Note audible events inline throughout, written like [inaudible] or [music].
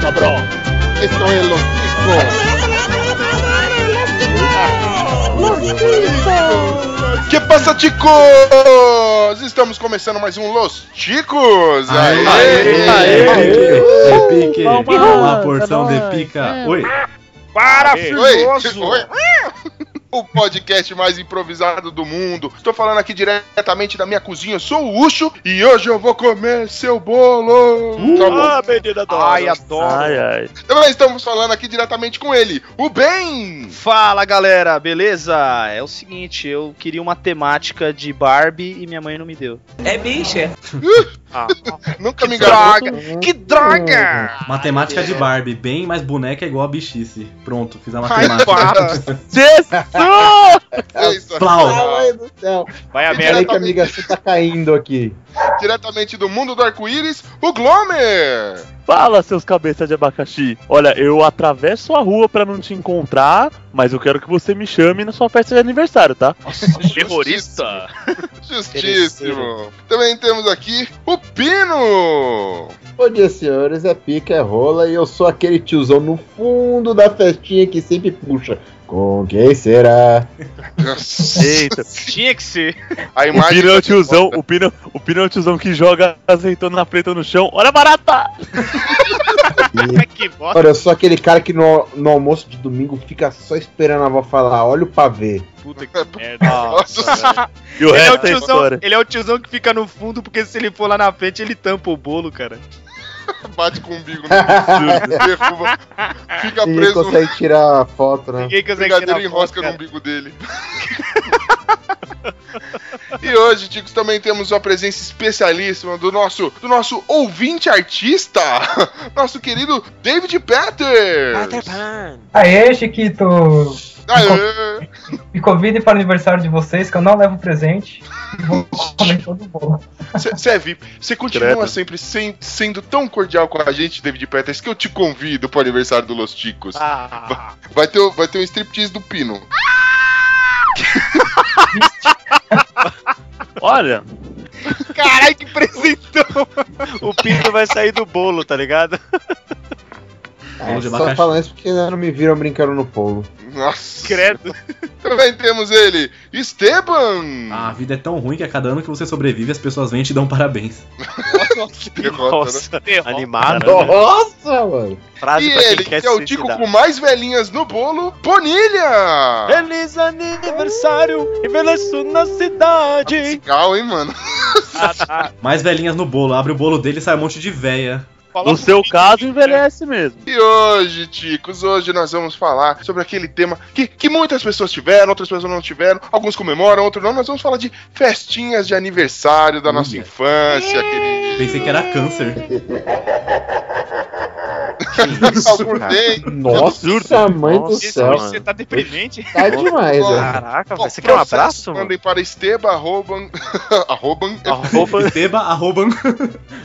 cabrón. Esto es los Los Ticos! Que passa, ticos? Estamos começando mais um Los Ticos. Aê! Aê, aê, É pique, palmas, uma porção é de nóis, pica. é. Oi, Oi, Parafuso! oi. O podcast mais improvisado do mundo. Estou falando aqui diretamente da minha cozinha. Eu sou o Ucho e hoje eu vou comer seu bolo. Tá bom. Ah, menina adoro. Ai, adoro. Ai, ai. Também estamos falando aqui diretamente com ele, o Ben. Fala galera, beleza? É o seguinte, eu queria uma temática de Barbie e minha mãe não me deu. Nunca me enganou. Droga! Que droga! matemática de Barbie. Bem, mas boneca é igual a bichice. Pronto, fiz a Ai, matemática. para. Jesus! É isso. Plau. Ah, Ai, do céu. Vai a merda. merda. Peraí que a amiga você tá caindo aqui. Diretamente do mundo do arco-íris, o Glomer. Fala, seus cabeças de abacaxi. Olha, eu atravesso a rua pra não te encontrar, mas eu quero que você me chame na sua festa de aniversário, tá? Terrorista. [laughs] Justíssimo. Também temos aqui o Pino. Bom dia, senhores. É pica, é rola e eu sou aquele tiozão no fundo da festinha que sempre puxa. Com quem será? Eita. Tinha que [laughs] ser. [laughs] A O imagem. Pino é [laughs] o tiozão, o Pino, o Pino é o tiozão que joga azeitona preta no chão. Olha a barata! [laughs] que bosta. Olha, eu sou aquele cara que no, no almoço de domingo fica só esperando a avó falar: olha o pavê. Puta que merda. E o Ele é, o resto é, tiozão, história. ele é o tiozão que fica no fundo, porque se ele for lá na frente, ele tampa o bolo, cara. bate com o umbigo no [laughs] derruba. Fica Ninguém preso no consegue tirar a foto, Ah. né? Ninguém consegue brigadeiro tirar e foto, enrosca no cara. umbigo dele. e hoje, Ticos, também temos uma presença especialíssima do nosso, do nosso ouvinte artista, [laughs] nosso querido David Peters. Aê, Chiquito! Aê! Me convide para o aniversário de vocês, que eu não levo presente. Vou comer todo o bolo. Você é VIP. Você continua Credo. sempre sem- sendo tão cordial com a gente, David Peters, que eu te convido pro aniversário do Los Ticos. Ah, Vai, ter, o- vai ter um striptease do Pino. Olha, caralho, que presentão! O Pino vai sair do bolo, tá ligado? É, Bolo de só abacaxi. falando isso porque ainda não me viram brincando no polo. Nossa. Credo. Também temos ele, Esteban. A vida é tão ruim que a cada ano que você sobrevive, as pessoas vêm e te dão parabéns. derrota, né? Animado. né? Nossa, mano! Frase E pra quem ele, quer que é o se Tico suicidar. com mais velhinhas no bolo, Bonilha! Feliz aniversário, envelheço na cidade. Musical, hein, mano? Mais velhinhas no bolo. Abre o bolo dele e sai um monte de véia. no um seu caso, envelhece mesmo. E hoje, Ticos, hoje nós vamos falar sobre aquele tema que, que muitas pessoas tiveram, outras pessoas não tiveram, alguns comemoram, outros não. Nós vamos falar de festinhas de aniversário da nossa Olha. infância, querido. Pensei que era câncer. Alguns têm. Nossa, mãe do Nossa, céu. mano. tá deprimente? Tá demais, né? Caraca, Bom, velho. Você quer um processos abraço, mano? Mandem para Esteba, arroba... [laughs] arroba... Arroba, Esteba, arroba.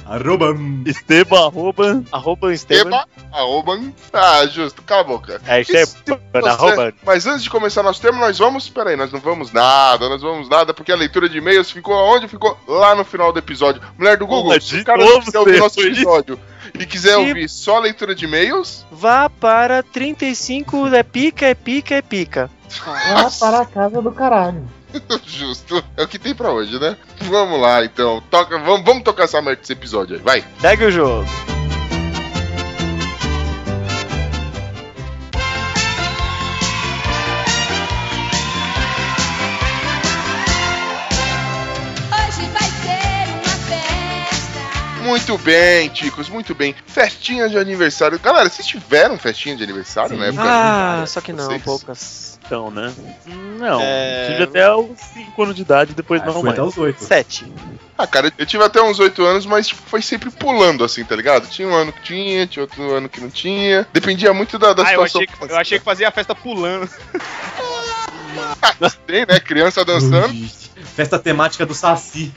arroba. Esteban, arroba, arroba Esteban. Esteba, arroba... Ah, justo, cala a boca. É, Esteban, arroba. Mas antes de começar nosso tema, nós vamos. Peraí, nós não vamos nada, nós vamos nada, porque a leitura de e-mails ficou onde? Ficou lá no final do episódio. Mulher do Google, Olha, se de o cara novo quiser ouvir você nosso foi isso? episódio e quiser Que- ouvir só a leitura de e-mails, [laughs] Vá para 35, é pica, é pica, é pica. Vá para a casa do caralho. justo. É o que tem pra hoje, né? Vamos lá, então. Toca, vamos, vamos tocar essa merda desse episódio aí, vai. Segue o jogo. Hoje vai ser uma festa. Muito bem, Ticos, muito bem. Festinha de aniversário. Galera, vocês tiveram festinha de aniversário Sim. na época? Ah, só que não, Vocês? poucas. Então, né? Não. É, Tive até os 5 anos de idade, depois Ah, não foi mais. até os oito. Sete. Ah, cara, eu tive até uns oito anos, mas tipo, foi sempre pulando, assim, tá ligado? Tinha um ano que tinha, tinha outro ano que não tinha. Dependia muito da, da Ah, eu situação. achei, que, eu achei que fazia a festa pulando. Tem, né? Criança dançando, Festa temática do Saci.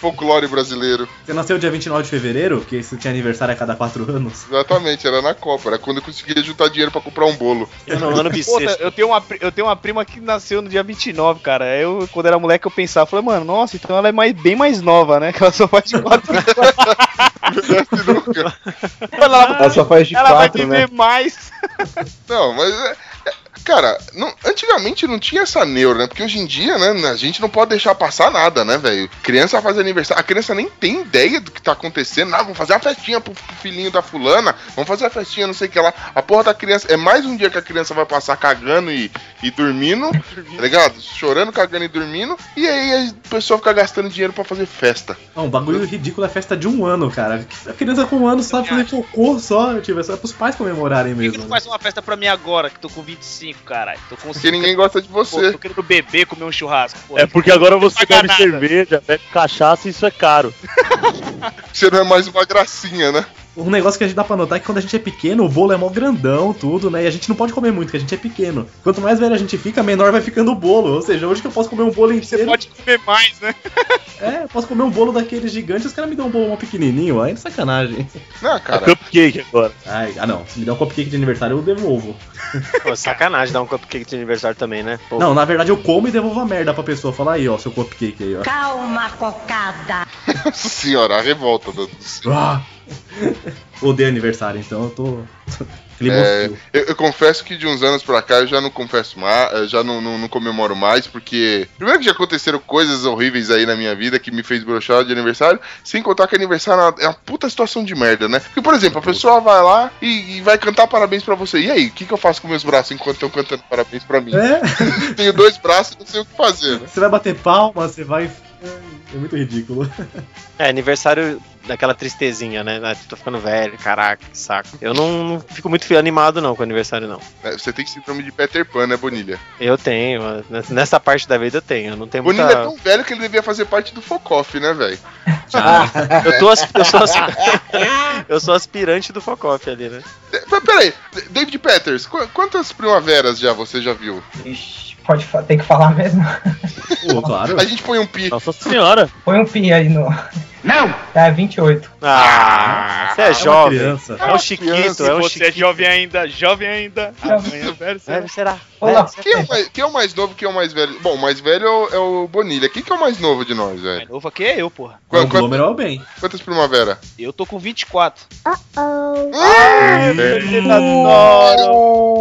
folclore brasileiro. Você nasceu dia 29 de fevereiro, que isso tinha aniversário a cada quatro anos. Exatamente, era na Copa, era quando eu conseguia juntar dinheiro pra comprar um [laughs] bolo. Eu não, ano Puta, bissexto. eu tenho, uma, pri- eu tenho uma prima que nasceu no dia 29, cara. Eu, [laughs] quando era moleque, eu pensava, falei, mano, nossa, então ela é mais, bem mais nova, né? Que ela só faz 4 Desce nunca. [laughs] Ela, Ela só faz de ela vai quatro, né? viver mais. Não, mas. é- é- Cara, não- antigamente não tinha essa neura, né? Porque hoje em dia, né, a gente não pode deixar passar nada, né, velho? Criança faz aniversário, a criança nem tem ideia do que tá acontecendo. Ah, vamos fazer uma festinha pro pro filhinho da fulana, vamos fazer uma festinha, não sei o que lá. A porra da criança, é mais um dia que a criança vai passar cagando e, e dormindo, tá ligado? Chorando, cagando e dormindo. E aí a pessoa fica gastando dinheiro pra fazer festa. Não, um bagulho ridículo é festa de um ano, cara. A criança com um ano sabe fazer cocô só, tipo, é só pros pais comemorarem Por que, que mesmo. não né? faz uma festa pra mim agora, que tô com 25, caralho? Tô com Porque 50, ninguém gosta de pô, você. tô querendo beber, comer um churrasco. pô. É porque agora você pagar bebe nada. cerveja, bebe cachaça e isso é caro. Você não é mais uma gracinha, né? Um negócio que a gente dá pra notar é que quando a gente é pequeno, o bolo é mó grandão, tudo, né? E a gente não pode comer muito, porque a gente é pequeno. Quanto mais velho a gente fica, menor vai ficando o bolo. Ou seja, hoje que eu posso comer um bolo Você inteiro. pode comer mais, né? É, eu posso comer um bolo daqueles gigantes, os caras me dão um bolo mó pequenininho, aí é sacanagem. Não, É cara. cupcake agora. Ai, ah não, se me der um cupcake de aniversário, eu devolvo. [laughs] Pô, sacanagem dar um cupcake de aniversário também, né? Pô, Não, na verdade eu como e devolvo a merda pra pessoa. Fala aí, ó, seu cupcake aí, ó. Calma, cocada. Nossa [laughs] senhora, a revolta do, Ah! Odeio aniversário, então eu tô. Clima É, hostil. Eu, eu confesso que de uns anos pra cá eu já não confesso mais, eu já não, não- não comemoro mais, porque. Primeiro que já aconteceram coisas horríveis aí na minha vida que me fez brochar de aniversário, sem contar que aniversário é uma, é uma puta situação de merda, né? Porque, por exemplo, a pessoa vai lá e, e vai cantar parabéns pra você. E aí, o que, que eu faço com meus braços enquanto estão cantando parabéns pra mim? É, Tenho dois braços e não sei o que fazer, né? você vai bater palma, você vai. É muito ridículo. É, aniversário daquela tristezinha, né? Ah, Tô ficando velho, caraca, que saco. Eu não, não fico muito animado não com aniversário, não. É, Você tem síndrome de Peter Pan, né, Bonilha? Eu tenho, nessa- nessa parte da vida eu tenho. Eu não tenho muita... Bonilha é tão velho que ele devia fazer parte do Focoff, né, velho? eu, tô, as- eu, sou as- [laughs] eu sou aspirante do Focoff ali, né? É, mas Peraí, David Peters, qu- quantas primaveras já você já viu? Ixi, pode fa- tem que falar mesmo. [laughs] Pô, claro. A gente põe um pi. Nossa senhora. Põe um pi aí no. Não! É 28. Ah, você é, uma jovem. criança. É um chiquito, é um você é chiquito. jovem ainda, jovem ainda. Amanhã, velho, você Velho, será? Olá. Velho, Quem é, o mais, quem é o mais novo, quem é o mais velho? Bom, o mais velho é o, é o Bonilha. Quem que é o mais novo de nós, é velho? novo aqui é eu, porra. Qua- o qua- número é o bem. quantas primavera? Eu tô com 24.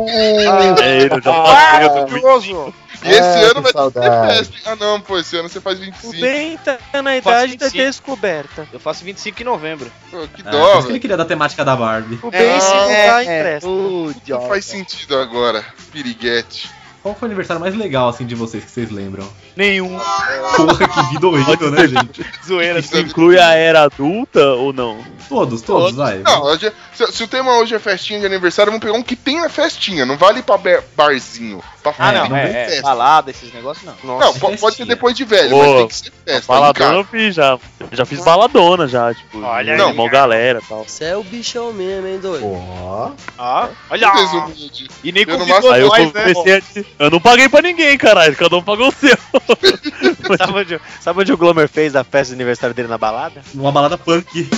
É ele, eu já Ah, Ah! passei, eu tô E esse Ah, ano que vai ter saudade. festa. hein? Ah, não, pô, esse ano você faz 25. bem tá na idade da descoberta. Eu faço 25 em novembro. Pô, que Ah, dó, por isso que ele velho. queria da temática da Barbie. O bem se não É, tá dá, empresta. Uh, O Não faz sentido agora, piriguete. Qual foi o aniversário mais legal, assim, de vocês que vocês lembram? Nenhum. Porra, que vida horrível, né, gente? Zoeira. Isso inclui a era adulta ou não? Todos, todos, vai. Não, hoje, é, se, se o tema hoje é festinha de aniversário, vamos pegar um que tem na festinha. Não vale pra be- barzinho. Pra Ah, É, não, não tem é, é. festa. Balada, esses negócios, não. Não, Nossa, po- pode ser festinha. depois de velho, mas Ô, tem que ser festa. hein, baladona cara? eu fiz já. Eu Já fiz baladona já, tipo. Olha aí, não, mó galera e tal. Você é o bichão mesmo, hein, doido? Ó. Ah, olha. Que desumilde. E nem Eu não convidou gosto- Aí eu nós, né? comecei a dizer, eu não paguei pra ninguém, caralho, cada um pagou o seu. sabe, onde, sabe onde o Glomer fez a festa de aniversário dele na balada? Uma balada punk.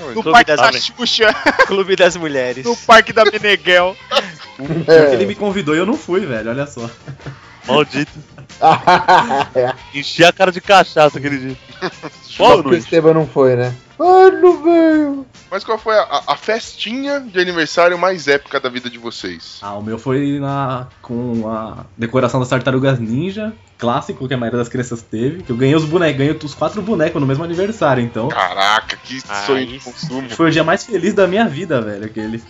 No Clube Parque das da Homens. Xuxa, Clube das Mulheres. no Parque da Meneghel. É. É. [laughs] Ele me convidou e eu não fui, velho, olha só. Maldito. Enchi a cara de cachaça [laughs] aquele dia. Só Ô, É, porque o Nunes, Esteban não foi, né? Ah, não veio. Mas qual foi a- a, a festinha de aniversário mais épica da vida de vocês? Ah, o meu foi na com a decoração das tartarugas ninja, clássico que a maioria das crianças teve, que eu ganhei os bonecos, ganhei os quatro bonecos no mesmo aniversário, então. Caraca, que Ah, sonho de isso. consumo. Foi o dia mais feliz da minha vida, velho, aquele.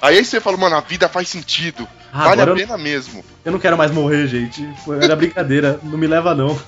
Aí você fala, mano, a vida faz sentido. Ah, vale agora a eu, pena mesmo. eu não quero mais morrer, gente. Foi- Era brincadeira, não me leva não.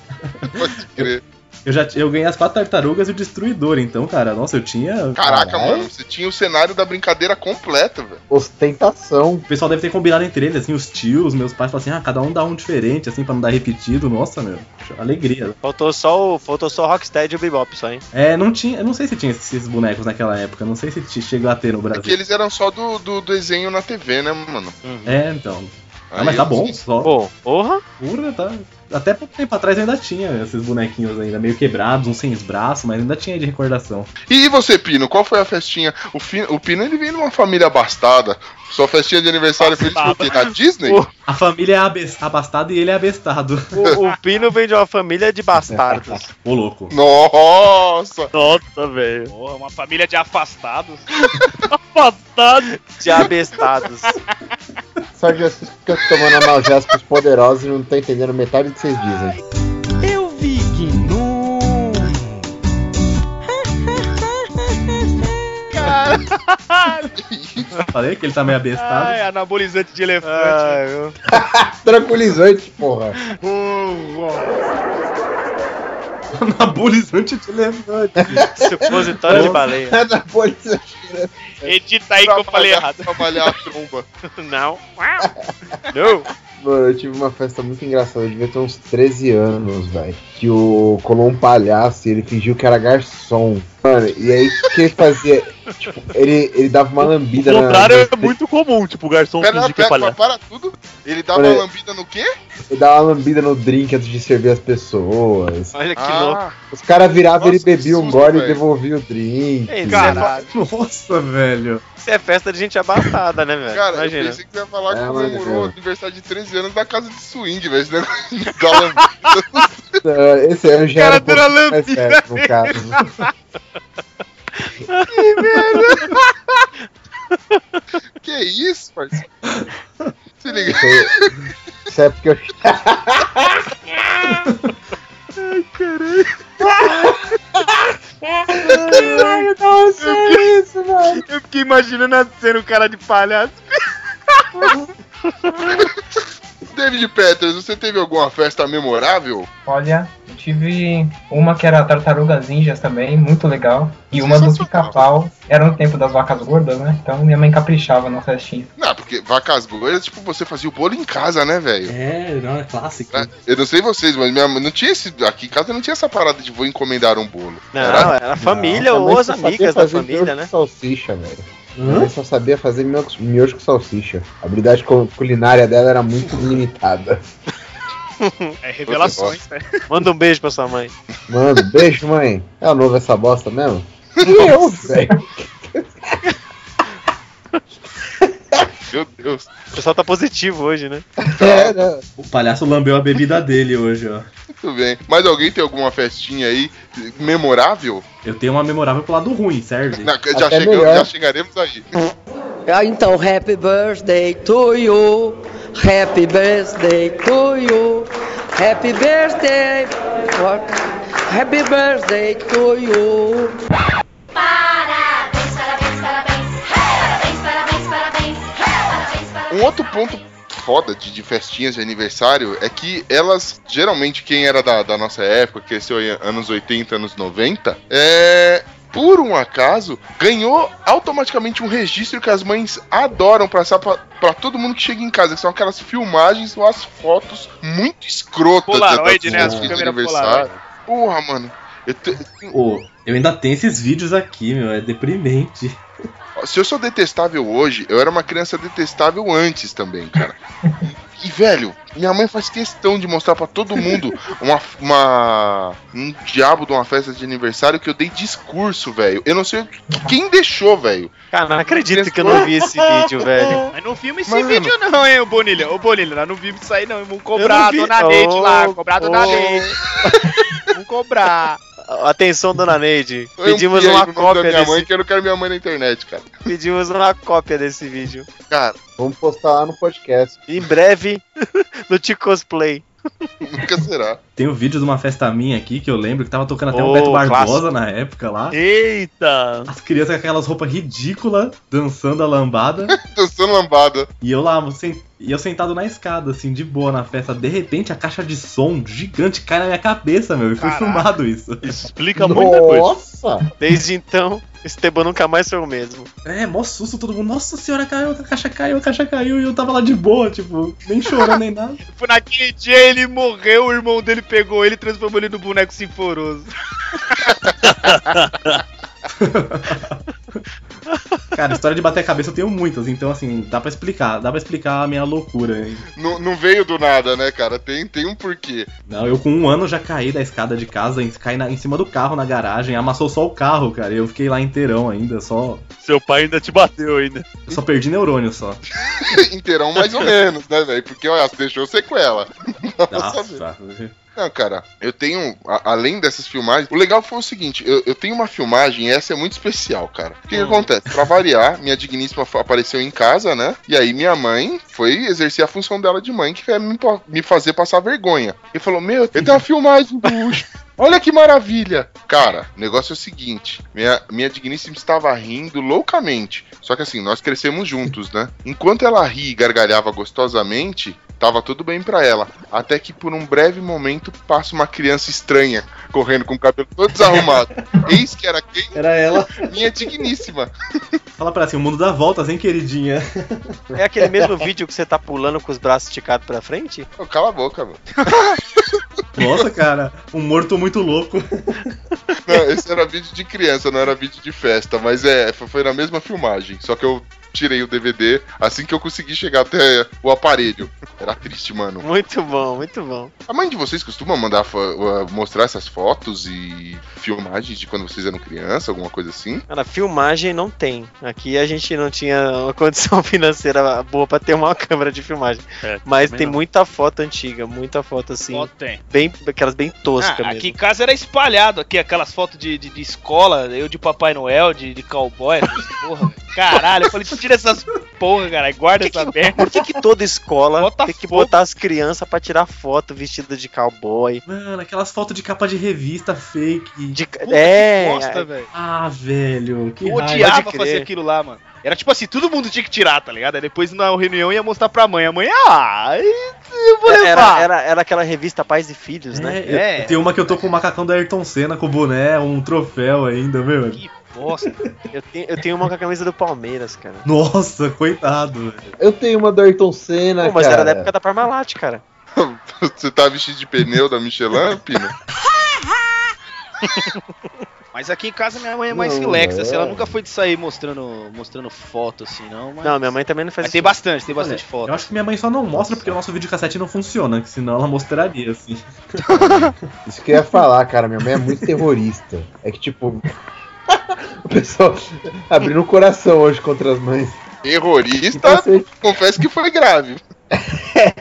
Pode crer. Eu já eu ganhei as quatro tartarugas e o destruidor, então, cara, nossa, eu tinha. Caraca, Caralho. mano, você tinha o cenário da brincadeira completo, velho. Tá Ostentação. O pessoal deve ter combinado entre eles, assim, os tios, meus pais, falam assim, ah, cada um dá um diferente, assim, pra não dar repetido. Nossa, meu, alegria. Faltou só o, faltou só o Rocksteady e o Bebop só, hein? É, não tinha, eu não sei se tinha esses bonecos naquela época, não sei se te- chegou a ter no Brasil. Porque eles eram só do, do desenho na TV, né, mano? É, então. Ah, mas tá bom, só. Pô, porra. Porra, tá. Até pouco tempo atrás eu ainda tinha esses bonequinhos ainda, meio quebrados, uns sem os braços, mas ainda tinha de recordação. E você, Pino, qual foi a festinha? O, Fi- o Pino ele vem de uma família abastada. Sua festinha de aniversário foi por quê? Na Disney? Pô. A família é abes- abastada e ele é abestado. [laughs] O, o Pino vem de uma família de bastardos. Ô louco. É Nossa! Nossa, velho. Porra, uma família de afastados. Afastado. De abestados. Só Jesus fica tomando analgésicos poderosos e não tá entendendo metade do que vocês dizem. Eu vi Gnu. Falei que ele tá meio abestado. [laughs] Ai, anabolizante de elefante. Ah, eu- Tranquilizante, porra. Anabolizante de elefante. Supositório de baleia. É Nada polícia. Edita aí que eu falei errado. Trabalhar a tromba. Não. Não. Mano, eu tive uma festa muito engraçada, eu devia ter uns 13 anos, velho. Que o colou um palhaço e ele fingiu que era garçom. Mano, e aí o que ele fazia? Tipo, ele, ele dava uma O lambida contrário na. é muito comum, tipo, o garçom Pera, fingir que é pera, pera, palhaço. para tudo. Ele dava Olha aí. uma lambida no quê? Ele dava uma lambida no drink antes de servir as pessoas. Olha que Ah, louco. Os caras viravam, Nossa, ele bebia que um susto, gole e velho. devolvia o drink. é Ei, Caralho. Nossa, velho. Isso é festa de gente abastada, né, É, velho? Cara, eu Imagina. pensei que você ia falar que É, comemorou o mano. aniversário de 13 anos da casa de swing, velho. Esse negócio de dar lambida. Ah, Esse ano já cara era um dando a pouco mais lambida, perto, no caso. [laughs] né? Que isso, parceiro? Se liga. Isso é [laughs] porque eu Eu fiquei imaginando a cena, o cara de palhaço. [laughs] David Peters, você teve alguma festa memorável? Olha, eu tive uma que era Tartarugas Ninjas também, muito legal. E uma do Pica-Pau. Era no tempo das vacas gordas, né? Então minha mãe caprichava na festinha. Não, porque vacas gordas, tipo, você fazia o bolo em casa, né, velho? É, não, é clássico. Né? Eu não sei vocês, mas minha mãe não tinha esse. Aqui em casa não tinha essa parada de vou encomendar um bolo. Não, era a família ou as amigas da família, Com né? salsicha, velho. Ela só sabia fazer miojo, miojo com salsicha. A habilidade cu- culinária dela era muito limitada. É revelações, né? Manda um beijo pra sua mãe. Mano, beijo, mãe. Ela não ouve essa bosta mesmo? Eu, velho. Meu Deus. O pessoal tá positivo hoje, né? É, né? O palhaço lambeu a bebida dele hoje, ó. Muito bem. Mas alguém tem alguma festinha aí memorável? Eu tenho uma memorável pro lado ruim, serve? Na- já, Até chegamos, melhor. já chegaremos aí. Ah, então, happy birthday to you. Happy birthday to you. Happy birthday. what? Happy birthday to you. Parabéns, parabéns, parabéns. Parabéns, parabéns, parabéns. Parabéns, parabéns. Um outro ponto foda de, de festinhas de aniversário é que elas, geralmente, quem era da, da nossa época, que cresceu em anos 80, anos 90, é. Por um acaso, ganhou automaticamente um registro que as mães adoram passar pra, pra todo mundo que chega em casa, que são aquelas filmagens ou as fotos muito escrotas Polaroid, né? As festas de câmeras aniversário. Porra, mano. Eu te- Ô, eu ainda tenho esses vídeos aqui, meu, é deprimente. Se eu sou detestável hoje, eu era uma criança detestável antes também, cara. E, velho, minha mãe faz questão de mostrar pra todo mundo uma, uma- um diabo de uma festa de aniversário que eu dei discurso, velho. Eu não sei o que- quem deixou, velho. Cara, não acredito que eu não vi esse [laughs] vídeo, velho. Mas não filma esse Mano. vídeo não, hein, ô Bonilha. Ô Bonilha, nós não vimos isso aí não. hein? Vamos Eu cobrar não a vi. dona Neide lá, Ô, cobrar a dona ô. [laughs] Neide. Vamos cobrar. Atenção, dona Neide. Eu Pedimos ampliei uma pro nome da cópia minha mãe desse. que eu não quero minha mãe na internet, cara. Pedimos uma cópia desse vídeo. Cara, Vamos postar lá no podcast. Em breve, [laughs] no Tico Cosplay. nunca será. [laughs] Tem o vídeo de uma festa minha aqui que eu lembro que tava tocando até Ô, o Beto Barbosa clássico. na época lá. Eita! As crianças com aquelas roupas ridículas, dançando a [laughs] lambada. Dançando lambada. e eu lá, sen- e eu sentado na escada, assim, de boa na festa. De repente, a caixa de som gigante cai na minha cabeça, meu. E foi Caraca. filmado isso. Isso explica muita coisa. Desde então, Esteban nunca mais foi o mesmo. É, mó susto, todo mundo. Nossa senhora, caiu, a caixa caiu, a caixa caiu. E eu tava lá de boa, tipo, nem chorando nem nada. Tipo, naquele dia ele morreu, o irmão dele pegou ele e transformou ele no boneco sinforoso. Cara, história de bater a cabeça eu tenho muitas, então assim, dá pra explicar, dá pra explicar a minha loucura. hein? Não, não veio do nada, né, cara? Tem, tem um porquê. [laughs] Não, eu com um ano já caí da escada de casa, em- caí na- em cima do carro na garagem, amassou só o carro, cara, e eu fiquei lá inteirão ainda, só. Seu pai ainda te bateu ainda. Eu só perdi neurônio só. Inteirão mais ou menos, né, velho? Porque, olha, deixou sequela. [laughs] Nossa. Não, cara, eu tenho, a- além dessas filmagens, o legal foi o seguinte: eu, eu tenho uma filmagem, e essa é muito especial, cara. O que, que acontece? Pra variar, minha digníssima fa- apareceu em casa, né? E aí minha mãe foi exercer a função dela de mãe, que é me, pa- me fazer passar vergonha. E falou: Meu, eu tenho uma filmagem do Ucho. Olha que maravilha! Cara, o negócio é o seguinte: minha, minha digníssima estava rindo loucamente. Só que assim, nós crescemos juntos, né? Enquanto ela ria e gargalhava gostosamente, Tava tudo bem pra ela. Até que por um breve momento passa uma criança estranha, correndo com o cabelo todo desarrumado. Eis que era quem? Era ela. Minha digníssima. Fala pra ela assim, o mundo dá voltas, hein, queridinha? É aquele mesmo vídeo que você tá pulando com os braços esticados pra frente? Ô, cala a boca, mano. Nossa, cara, um morto muito louco. Não, esse era vídeo de criança, não era vídeo de festa, mas é, foi foi na mesma filmagem. Só que eu tirei o DVD assim que eu consegui chegar até o aparelho. Era triste, mano. Muito bom, muito bom. A mãe de vocês costuma mandar fo- uh, mostrar essas fotos e filmagens de quando vocês eram criança, alguma coisa assim? [laughs] Cara, filmagem não tem. Aqui a gente não tinha uma condição [laughs] financeira boa pra ter uma câmera de filmagem. É, Mas também tem não. muita foto antiga, muita foto assim. Foto tem. Bem, aquelas bem toscas Ah, mesmo. aqui em casa era espalhado, aqui aquelas fotos de, de, de escola, eu de Papai Noel, de, de cowboy, essas porra. Caralho, eu falei, tira essas porra, cara, guarda essa merda. Por que, que toda escola Bota tem que fogo. botar as crianças pra tirar foto vestida de cowboy? Mano, aquelas fotos de capa de revista fake. De... ca- Puta é, que bosta, velho. Ah, velho, que Eu raiva. odiava crer. fazer aquilo lá, mano. Era tipo assim, todo mundo tinha que tirar, tá ligado? Aí depois na reunião ia mostrar pra mãe. A mãe, ah, eu vou levar. era, era, era aquela revista Pais e Filhos, né? É, eu- É. Tem uma que eu tô com o macacão do Ayrton Senna, com o boné, um troféu ainda, meu. Que bosta. Eu tenho, eu tenho uma com a camisa do Palmeiras, cara. Nossa, coitado, velho. Eu tenho uma do Ayrton Senna, Ah, Pô, mas cara. era da época da Parmalat, cara. Você tá vestido de pneu da Michelin, Pino? Mas aqui em casa minha mãe é mais Não, relaxa, é. assim, ela nunca foi de sair mostrando, mostrando foto, assim, não. Mas... Não, minha mãe também não faz Mas tem bastante, tem bastante Olha, foto. Eu acho que minha mãe só não mostra porque o nosso videocassete não funciona, que senão ela mostraria, assim. Isso que eu ia falar, cara. Minha mãe é muito terrorista. É que, tipo. [laughs] o pessoal abrindo o coração hoje contra as mães. Então, Então, assim, Terrorista, confesso que foi grave.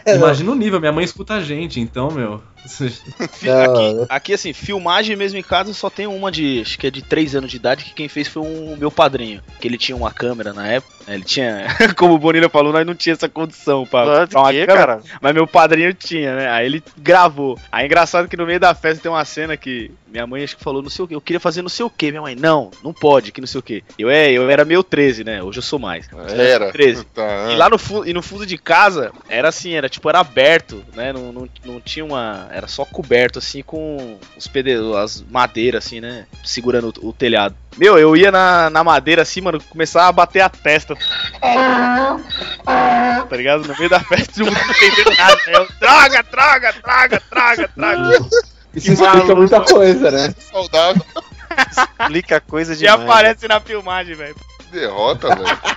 Imagina o nível, minha mãe escuta a gente, então, meu. Fi- Não. Aqui, aqui, assim, filmagem mesmo em casa só tem uma de, acho que é de 3 anos de idade, que quem fez foi um meu padrinho. Que ele tinha uma câmera na época, né, ele tinha, [laughs] como o Bonilha falou, nós não tinha essa condição pra, Claro Então, pra uma que, é, câmera, cara. mas meu padrinho tinha, né, aí ele gravou. Aí engraçado que no meio da festa tem uma cena que minha mãe acho que falou, não sei o que, eu queria fazer não sei o que, minha mãe, não, não pode, que não sei o que. Eu, é, eu era meio 13, né, hoje eu sou mais. É, Era. 13. Tá, E lá no fundo, e no fundo de casa, era assim, era tipo, era aberto, né? Não, não, não tinha uma. Era só coberto, assim, com os pede... as madeiras, assim, né? Segurando o, o telhado. Meu, eu ia na, na madeira assim, mano, começava a bater a testa. Tá ligado? No meio da festa, todo mundo não entendendo nada. Né? Eu, traga, traga, traga, traga, traga. Isso explica muita coisa, né? saudável. Explica [laughs] coisa E demais. né? aparece na filmagem, velho. Derrota, velho.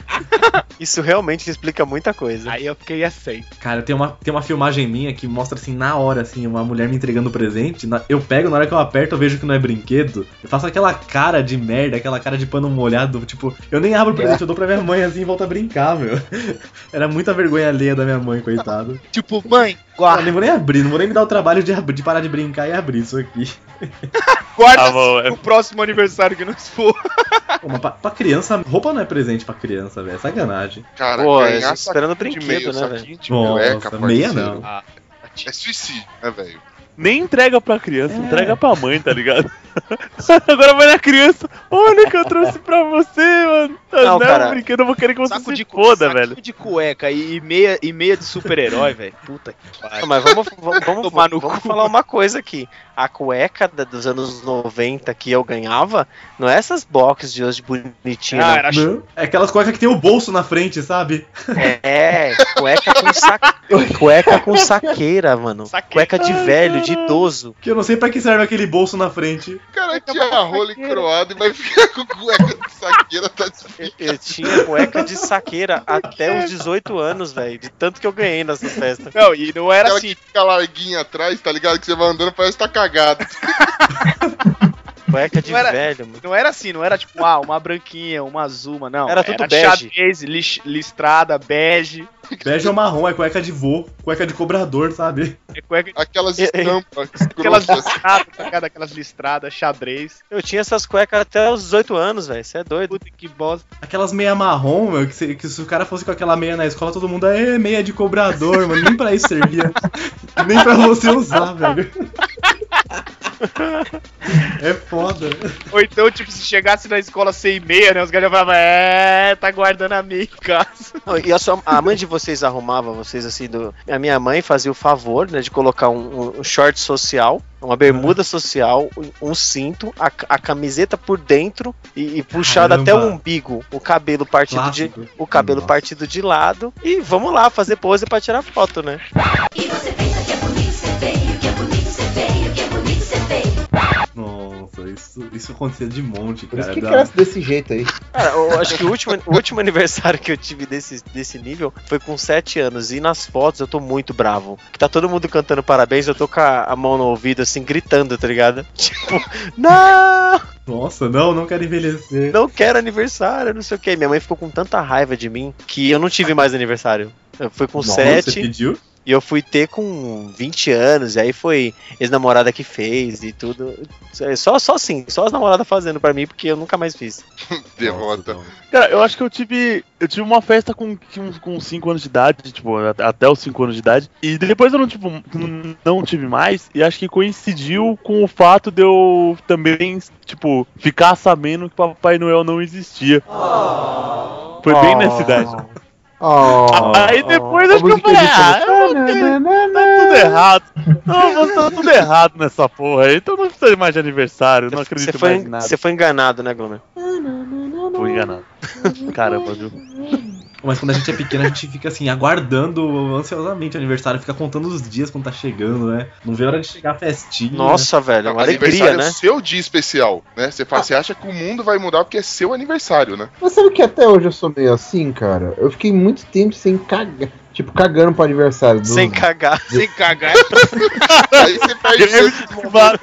Isso realmente explica muita coisa. Aí eu fiquei assim. Cara, tem uma, tem uma filmagem minha que mostra assim na hora, assim, uma mulher me entregando presente. na- eu pego, na hora que eu aperto, eu vejo que não é brinquedo. Eu faço aquela cara de merda, aquela cara de pano molhado, tipo, eu nem abro o presente, eu dou pra minha mãe assim e volto a brincar, meu. [laughs] Era muita vergonha alheia da minha mãe, coitada. Tipo, mãe, Eu guarda, nem vou nem abrir, não vou nem me dar o trabalho de, abrir- de parar de brincar e abrir isso [laughs] aqui. Ah, guarda bom, é- o próximo aniversário que nós for. Pô, mas pra, pra criança, roupa não é presente pra criança, velho. é Sacanagem. Cara, Pô, ganhar eu tô esperando saquinho de brinquedo, né, saquinho de meleca, é Nossa, meia parceiro. não. Tá É suicídio, né, velho? Nem entrega pra criança, É. entrega pra mãe, tá ligado? [laughs] Agora vai na criança. Olha o que eu trouxe pra você, mano. Não, Não, é cara. um brinquedo, eu vou querer que você saco se de cu- foda, saquinho velho. de cueca e e meia, e meia de super-herói, [laughs] velho. Puta que Ah, pariu. Mas vamos, vamos, vamos, [laughs] Tomar no vamos cu. falar uma coisa aqui. A cueca da- dos anos 90 que eu ganhava, não é essas boxes de hoje bonitinha. Ah, não. era Não. É aquelas cuecas que tem o bolso na frente, sabe? [laughs] É, cueca com sa... cueca com saqueira, mano. Saqueira. Cueca de velho, de idoso. Que eu não sei pra que serve aquele bolso na [laughs] frente. cara tinha um rola encroada e vai ficar com cueca de saqueira, tá difícil. Eu tinha cueca de saqueira até os 18 anos, velho. De tanto que eu ganhei nessa festa. Não, e não era Aquela que assim. fica larguinha atrás, tá ligado? Que você vai andando, parece que tá cagado. Cueca de Não era- velho, mano. Não era assim, não era tipo, ah, uma branquinha, uma azul, uma, não. Era tudo bege. xadrez, lis- listrada, bege, Bege ou marrom, é cueca de vô, cueca de cobrador, sabe? é cueca de- Aquelas [laughs] E- e- estampas aquelas escrotas. listradas, tá ligado? Aquelas listradas, xadrez. Eu tinha essas cuecas até os 18 anos, velho. Você é doido. Puta que bosta. Aquelas meia marrom, meu, que se, que se o cara fosse com aquela meia na escola, todo mundo, é meia de cobrador, mano. Nem pra isso servia. Nem pra você usar, velho. É foda. Ou então, tipo, se chegasse na escola sem meia, né? Os caras já falavam, é, tá guardando a meia em casa. Não, E a, sua- a mãe de vocês arrumava vocês assim do. A minha mãe fazia o favor, né, de colocar um, um- um short social, uma bermuda social, um, um cinto, a, ca- a camiseta por dentro e, e puxado Caramba. até o umbigo, o cabelo partido de. Clássico. O cabelo Nossa. partido de lado e vamos lá fazer pose pra tirar foto, né? E você pensa que é bonito ser feio, que é bonito ser feio, que é bonito ser feio. Nossa, isso, isso acontecia de monte, Por isso cara. que da- cresce desse jeito aí. Cara, eu acho que o último, o último [laughs] aniversário que eu tive desse, desse nível foi com 7 anos. E nas fotos eu tô muito bravo. Que tá todo mundo cantando parabéns, eu tô com a, a mão no ouvido, assim, gritando, tá ligado? [laughs] Tipo, não! Nossa, não, não quero envelhecer. Não quero aniversário, não sei o que. Minha mãe ficou com tanta raiva de mim que eu não tive mais aniversário. Eu fui com Nossa, Você 7 pediu? e eu fui ter com 20 anos. E aí foi ex-namorada que fez e tudo. Só, só assim, só as namoradas fazendo pra mim, porque eu nunca mais fiz. Derrota. Nossa, não. Cara, eu acho que eu tive. Eu tive uma festa com 5 com cinco anos de idade, tipo, at- até os 5 anos de idade. E depois eu não, tipo, n- não tive mais. E acho que coincidiu com o fato de eu também, tipo, ficar sabendo que Papai Noel não existia. Foi bem nessa idade. Oh, Aí depois acho que eu música falei, de ah, eu não tenho- tá tudo errado. Não, mas tá tudo errado nessa porra aí. Então não precisa mais de aniversário, não acredito Você foi, mais em nada. você foi enganado, né, Glomer? Fui enganado. Caramba, viu? Mas quando a gente é pequeno, a gente fica assim, aguardando ansiosamente o aniversário, fica contando os dias quando tá chegando, né? Não vê a hora de chegar a festinha. Nossa, velho, uma alegria, é né? o seu dia especial, né? Você, fala, você acha que o mundo vai mudar porque é seu aniversário, né? Mas sabe que até hoje eu sou meio assim, cara? Eu fiquei muito tempo sem cagar. Tipo, cagando pro aniversário. dos- [laughs] Sem cagar. [laughs] Sem cagar. Aí você [laughs] perde Greve esses de momentos. fumada.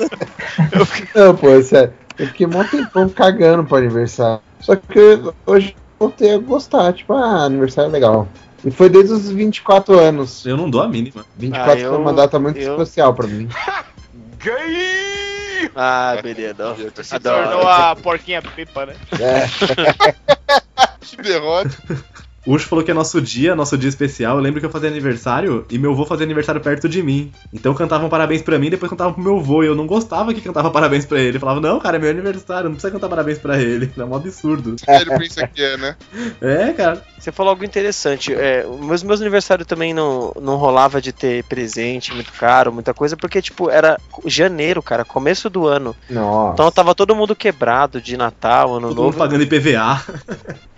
Não, pô, é sério. Eu fiquei mó tempão cagando pro aniversário. Só que eu- hoje eu voltei a gostar. Tipo, ah, aniversário é legal. E foi desde os 24 anos. Eu não dou a mínima. 24 Ah, eu- foi uma data muito eu- especial pra mim. Gay! [laughs] Ah, beleza. ó. tá Se Adoro. tornou a porquinha pipa, né? É, Que derrota. O Urso falou que é nosso dia, nosso dia especial. Eu lembro que eu fazia aniversário e meu avô fazia aniversário perto de mim. Então cantavam parabéns pra mim, depois cantavam pro meu avô. E eu não gostava que cantava parabéns pra ele. Eu falava, não, cara, é meu aniversário, não precisa cantar parabéns pra ele. É um absurdo. [laughs] Ele pensa que é, né? É, cara. Você falou algo interessante. É, os meus, meus aniversários também não, não rolava de ter presente muito caro, muita coisa, porque, tipo, era janeiro, cara, começo do ano. [laughs] nossa. Então tava todo mundo quebrado de Natal, ano Todo mundo novo. pagando IPVA.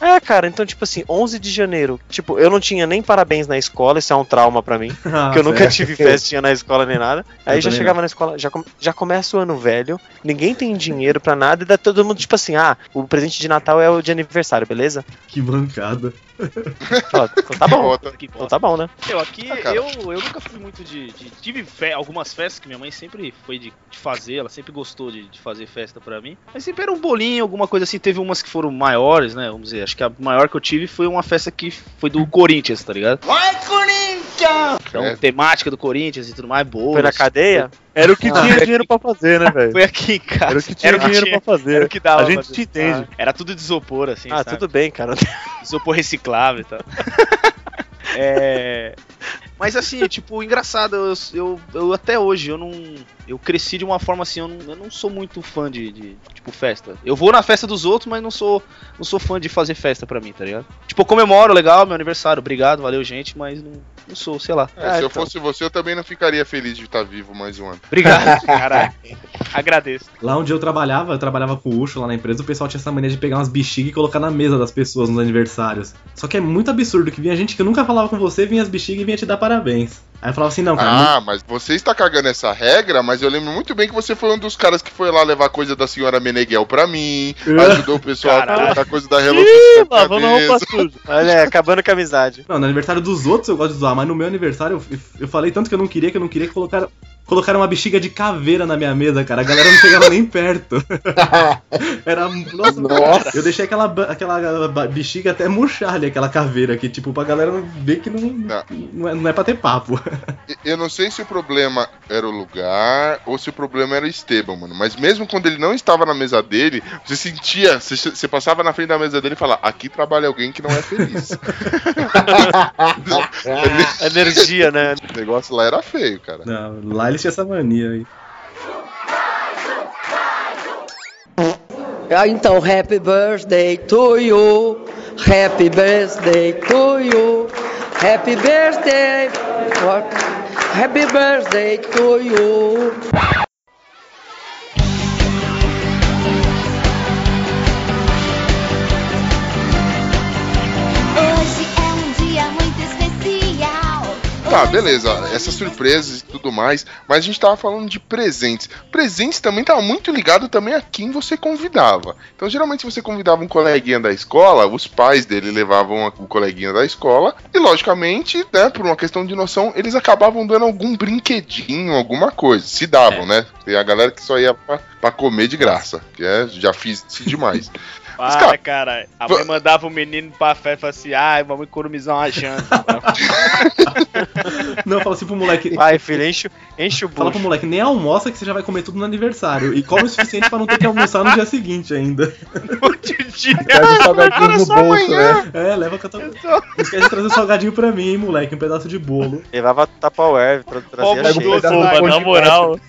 É, cara, então, tipo assim, 11 de janeiro. Tipo, eu não tinha nem parabéns na escola, isso é um trauma pra mim. Porque [laughs] eu nunca tive festinha na escola nem nada. Ah, Aí é? Eu já também chegava na escola, já, come- já começa o ano velho, ninguém tem dinheiro pra nada, e dá todo mundo tipo assim: ah, o presente de Natal é o de aniversário, beleza? Que mancada. Fala, então tá bom. Derrota. Que Então bosta. tá bom, né? Eu aqui, Ah, cara. eu, eu nunca fui muito de. de- tive fe- algumas festas que minha mãe sempre foi de, de fazer, ela sempre gostou de, de fazer festa pra mim. Mas sempre era um bolinho, alguma coisa assim. Teve umas que foram maiores, né? Vamos dizer, acho que a maior que eu tive foi uma festa que foi do Corinthians, tá ligado? Então, É. temática do Corinthians e tudo mais, boa. Foi na cadeia? Era o que Ah, tinha dinheiro pra fazer, [laughs] né, velho? Foi aqui em casa. Era o que tinha dinheiro pra fazer. Era o que dava. A gente pra fazer. te entende. Ah, Era tudo de isopor, assim, Ah, sabe? tudo bem, cara. isopor reciclável e tal. [laughs] É, Mas assim, tipo, engraçado, eu, eu, eu até hoje, eu não. Eu cresci de uma forma assim, eu não, eu não sou muito fã de, de, tipo, festa. Eu vou na festa dos outros, mas não sou não sou fã de fazer festa pra mim, tá ligado? Tipo, eu comemoro, legal, meu aniversário, obrigado, valeu, gente, mas não, não sou, sei lá. É, Ah, se eu então. fosse você, eu também não ficaria feliz de estar vivo mais um ano. Obrigado, [laughs] caralho. Agradeço. Lá onde eu trabalhava, eu trabalhava com o Ucho lá na empresa, o pessoal tinha essa mania de pegar umas bexigas e colocar na mesa das pessoas nos aniversários. Só que é muito absurdo que vinha gente que nunca falava com você, vinha as bexigas e vinha te dar parabéns. Aí eu falava assim, não, cara, Ah, mas você está cagando essa regra, mas eu lembro muito bem que você foi um dos caras que foi lá levar coisa da senhora Meneghel pra mim, ajudou o pessoal a Caralho. colocar coisa da Hello Ih, Kitty na lavando roupa cabeça. suja. Olha, acabando com a amizade. Não, no aniversário dos outros eu gosto de zoar, mas no meu aniversário eu, eu falei tanto que eu não queria, que eu não queria que colocaram, colocaram uma bexiga de caveira na minha mesa, cara. A galera não chegava nem perto. [laughs] tá, Era. Nossa, Nossa. eu deixei aquela, ba- aquela ba- bexiga até murchar ali, aquela caveira que, tipo, pra galera não ver que não, Tá. não, é, não é pra ter papo. [laughs] E- Eu não sei se o problema era o lugar ou se o problema era o Esteban, mano. Mas mesmo quando ele não estava na mesa dele, você sentia, você, você passava na frente da mesa dele e falava, aqui trabalha alguém que não é feliz. Energia, né? o [laughs] negócio lá era feio, cara. Não, lá eles tinham essa mania aí. Ah, Então, happy birthday to you, happy birthday to you, happy birthday, happy birthday to you. Hoje é um dia muito especial. Tá, beleza, essas surpresas e tudo mais, mas a gente tava falando de presentes. Presentes também tava muito ligado também a quem você convidava. Então, geralmente, se você convidava um coleguinha da escola, os pais dele levavam o coleguinha da escola, e logicamente, né, por uma questão de noção, eles acabavam dando algum brinquedinho, alguma coisa. Se davam, É. né? Tem a galera que só ia pra, pra comer de graça, que é, já fiz isso [laughs] demais. Mas, Para, cara. A mãe mandava o menino pra fé e falava assim: ai, vamos economizar uma janta. Não, eu falo assim pro moleque. Vai, filho, enche, enche o Fala pro bucho. moleque, nem almoça que você já vai comer tudo no aniversário. E come o suficiente pra não ter que almoçar no dia seguinte ainda. [laughs] Pega os salgadinhos no bolso, né? É, leva que eu tô... Não esquece de trazer salgadinho pra mim, hein, moleque. Um pedaço de bolo. Levava Tupperware pra trazer Pobre a Pega um cheia. pedaço de Pô, pão mas na de moral.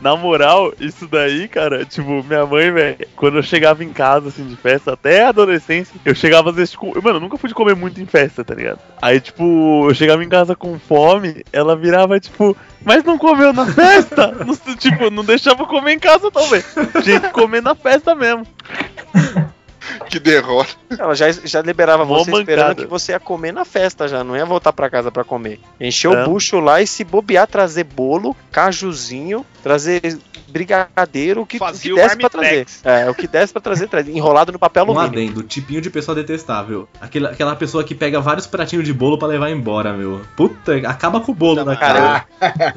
Na moral, isso daí, cara, tipo, minha mãe, velho, quando eu chegava em casa, assim, de festa, até a adolescência, eu chegava às vezes com. Mano, eu nunca fui de comer muito em festa, tá ligado? Aí, tipo, eu chegava em casa com fome, ela virava, tipo, mas não comeu na festa? [laughs] Não sei, tipo, não deixava eu comer em casa, talvez. Tinha que comer na festa mesmo. Que derrota. Ela já, já liberava Mó você esperando mancada. que você ia comer na festa já, não ia voltar pra casa pra comer. Encher É. o bucho lá e se bobear, trazer bolo, cajuzinho, trazer brigadeiro, o que, o Fazia que o desse pra trazer. marmitex. É, o que desse pra trazer, traz, enrolado no papel Um alumínio. adendo, tipinho de pessoa detestável. Aquela, aquela pessoa que pega vários pratinhos de bolo pra levar embora, meu. Puta, acaba com o bolo da cara. Cara,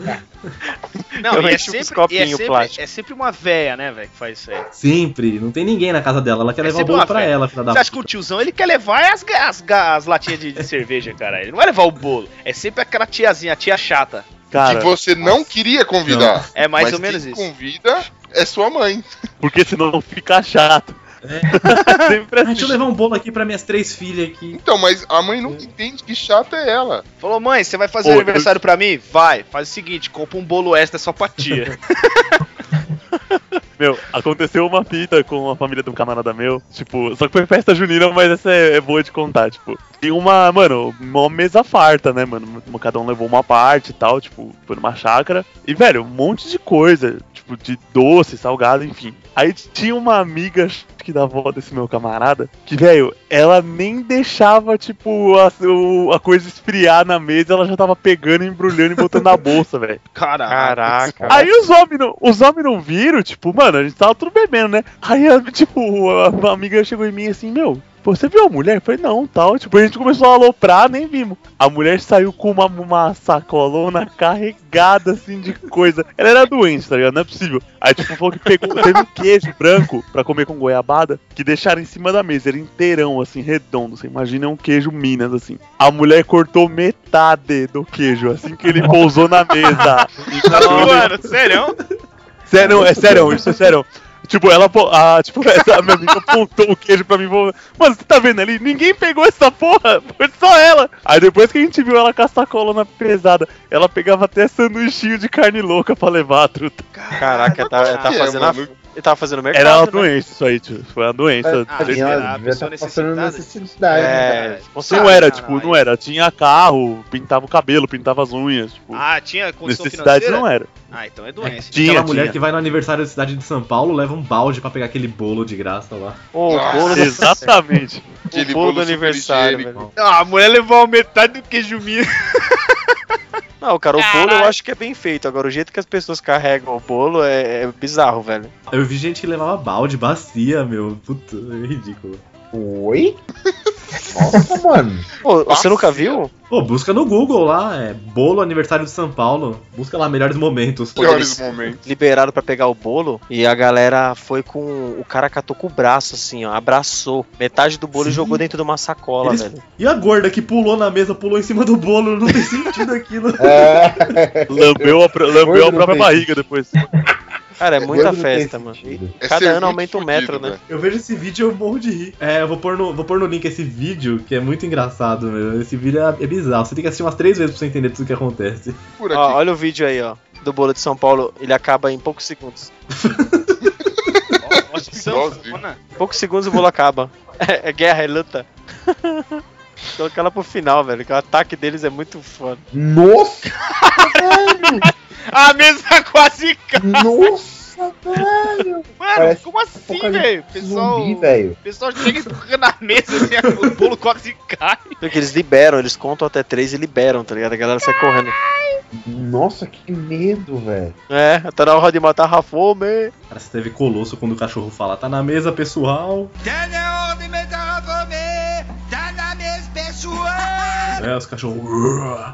Não, e é, enchi uns sempre, e é, copinhos sempre, plásticos. é sempre uma véia, né, velho, que faz isso aí. Sempre. Não tem ninguém na casa dela. Ela quer É levar o sempre bolo uma pra festa. ela, filha da Você acha que o tiozão ele quer levar as, ga- as, ga- as latinhas de, de cerveja, cara? Ele não vai levar o bolo. É sempre aquela tiazinha, a tia chata. Cara, que você não queria convidar. É mais Mas ou menos quem isso. convida é sua mãe. porque senão fica chato. [laughs] Sempre Ah, assim. deixa eu levar um bolo aqui pra minhas três filhas aqui. Então, mas a mãe nunca entende que chata é ela. Falou, mãe, você vai fazer Ô, aniversário pra mim? Vai, faz o seguinte, compra um bolo extra só pra [laughs] tia. [laughs] Meu, aconteceu uma fita com a família de um camarada meu, tipo, só que foi festa junina, mas essa é, é boa de contar, tipo. Tem uma, mano, uma mesa farta, né, mano? Cada um levou uma parte e tal, tipo, foi numa chácara. E, velho, um monte de coisa, tipo, de doce, salgado, enfim. Aí tinha uma amiga, acho que da avó desse meu camarada, que, velho, ela nem deixava, tipo, a, o- a coisa esfriar na mesa, ela já tava pegando, embrulhando e botando na bolsa, [laughs] velho. Caraca. Caraca. Aí os homens não, os homens não viram, tipo, mano, a gente tava tudo bebendo, né? Aí, a- tipo, a uma amiga chegou em mim assim, meu, pô, você viu a mulher? Eu falei, não, tal. Tipo, a gente começou a aloprar, nem vimos. A mulher saiu com uma, uma sacolona carregada, assim, de coisa. Ela era doente, tá ligado? Não é possível. Aí, tipo, falou que pegou, teve um queijo branco pra comer com goiabada, que deixaram em cima da mesa. Era inteirão, assim, redondo. Você imagina um queijo Minas, assim. A mulher cortou metade do queijo, assim que ele pousou na mesa. Mano, sério? Sério, é sério, isso é sério. Tipo, ela, po- ah, tipo, [laughs] essa minha amiga apontou o queijo pra mim e falou, mano, você tá vendo ali? Ninguém pegou essa porra, foi só ela. Aí depois que a gente viu ela com a sacolona pesada, ela pegava até sanduichinho de carne louca pra levar, truta. Caraca, tá, tá que é, fazendo a- mano? ele tava fazendo É mercado. Era uma né? doença isso aí, tio, foi uma doença. Ah, Assim, será? ela A devia pessoa estar passando necessitada? necessidade. né, cara? É, não era, tipo, não, era. Tinha carro, pintava o cabelo, pintava as unhas, tipo, Ah, tinha condição necessidade financeira? não era. Ah, então é doença. Tinha, aquela mulher tinha. que vai no aniversário da cidade de São Paulo, leva um balde pra pegar aquele bolo de graça lá. Ô, o bolo Ah, [laughs] do- Exatamente. o bolo do aniversário, super higiênico. velho. Ah, a mulher levou metade do queijo minha. [laughs] Não, cara, o bolo eu Caralho. acho que é bem feito. Agora, o jeito que as pessoas carregam o bolo é, é bizarro, velho. Eu vi gente que levava balde, bacia, meu. Puta, é ridículo. Oi? Nossa, mano. Pô, você Bacia? nunca viu? Pô, busca no Google lá, é bolo aniversário de São Paulo. Busca lá melhores momentos. Piores momentos. Liberaram pra pegar o bolo e a galera foi com. O cara catou com o braço, assim, ó. Abraçou. Metade do bolo e Sim. jogou dentro de uma [laughs] sacola, Eles- velho. E a gorda que pulou na mesa, pulou em cima do bolo, não tem sentido aquilo. É, Lambeu a, pro- lambeu a Gordo não própria tem barriga depois. Cara, é muita gordo não tem festa, mano. sentido. É Cada serviço ano aumenta um fudido, metro, né? velho. Eu vejo esse vídeo e eu morro de rir. É, eu vou pôr no, vou pôr no link esse vídeo, que é muito engraçado, meu. Esse vídeo é, é bizarro. Você tem que assistir umas três vezes pra você entender tudo que acontece. Por Ó, aqui. olha o vídeo aí, ó. Do bolo de São Paulo, ele acaba em poucos segundos. Nossa, Então, sanfona. Em poucos segundos o bolo acaba. [laughs] É, é guerra, é luta. Colocar ela pro final, velho. Que o ataque deles é muito foda. Nossa, A mesa quase cai. nossa, velho. Mano, Parece um como assim, apocalipse velho? O Pessoal, Zumbi, velho. o pessoal chega empurrando a mesa assim, o bolo quase cai. Porque eles liberam, eles contam até três e liberam, tá ligado? A galera sai correndo. Nossa, que medo, velho. É, tá na hora de matar a fome. Cara, você teve colosso quando o cachorro fala, tá na mesa, pessoal. É, os cachorros.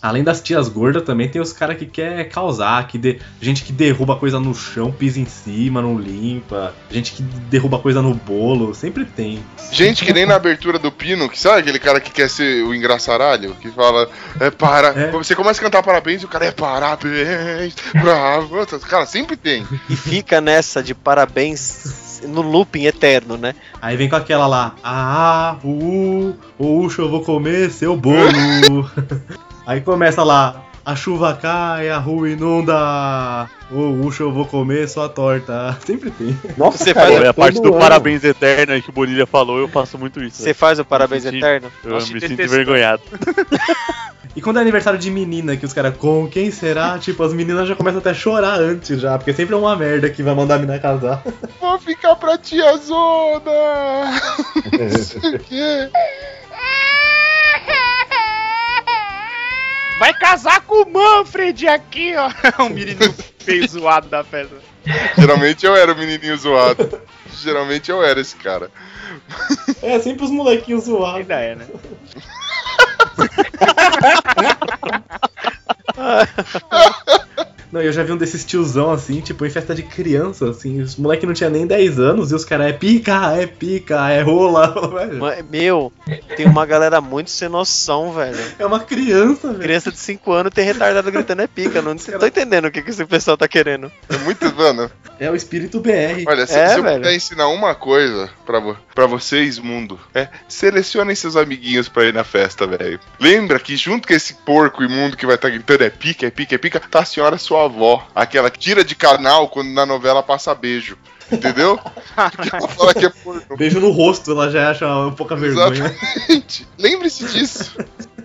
Além das tias gordas, também tem os caras que quer causar, que de... gente que derruba coisa no chão, pisa em cima, não limpa. Gente que derruba coisa no bolo, sempre tem. Gente que nem na abertura do Pino, que sabe aquele cara que quer ser o engraçaralho? Que fala, é para. É. Você começa a cantar parabéns e o cara é parabéns pra você." Cara, sempre tem. E fica nessa de parabéns no looping eterno, né? Aí vem com aquela lá, ah, uh, uxa, eu vou comer seu [laughs] bolo. Aí começa lá, a chuva cai, a rua inunda, oh, uxa, eu vou comer sua torta. [laughs] Sempre tem. Nossa, Você cara, faz- Foi é a parte todo do ano. parabéns eterno aí que o Bonilha falou, eu faço muito isso. Você faz o parabéns Sim. eterno? eu Nós te me sinto detestamos. envergonhado. E quando é aniversário de menina, que os caras, com quem será? Tipo, as meninas já começam até a chorar antes já, porque sempre é uma merda que vai mandar a menina casar. Vou ficar pra tia Zona! Não sei o quê. Vai casar com o Manfred aqui, ó. [laughs] O menino feio zoado da festa. Geralmente eu era o menininho zoado. Geralmente eu era esse cara. É sempre os molequinhos zoados. Ainda é, né? [laughs] Não, eu já vi um desses tiozão assim, tipo, em festa de criança, assim, os moleque não tinha nem 10 anos e os caras é pica, é pica, é rola. [laughs] velho. Ma- Meu, tem uma galera muito sem noção, velho. É uma criança, velho. Criança de 5 anos tem retardado gritando é pica. Não tô entendendo o que, que esse pessoal tá querendo. É muito, mano. É o espírito BR. Olha, se, É, se eu velho. puder ensinar uma coisa pra, vo- pra vocês, mundo, é selecionem seus amiguinhos pra ir na festa, velho. Lembra que junto com esse porco imundo que vai estar gritando é pica, é pica, é pica, tá a senhora sua avó. Aquela que tira de canal quando na novela passa beijo. Entendeu? Porque [laughs] ela fala que é porco. Beijo no rosto, ela já acha um pouca vergonha. Exatamente. Lembre-se disso.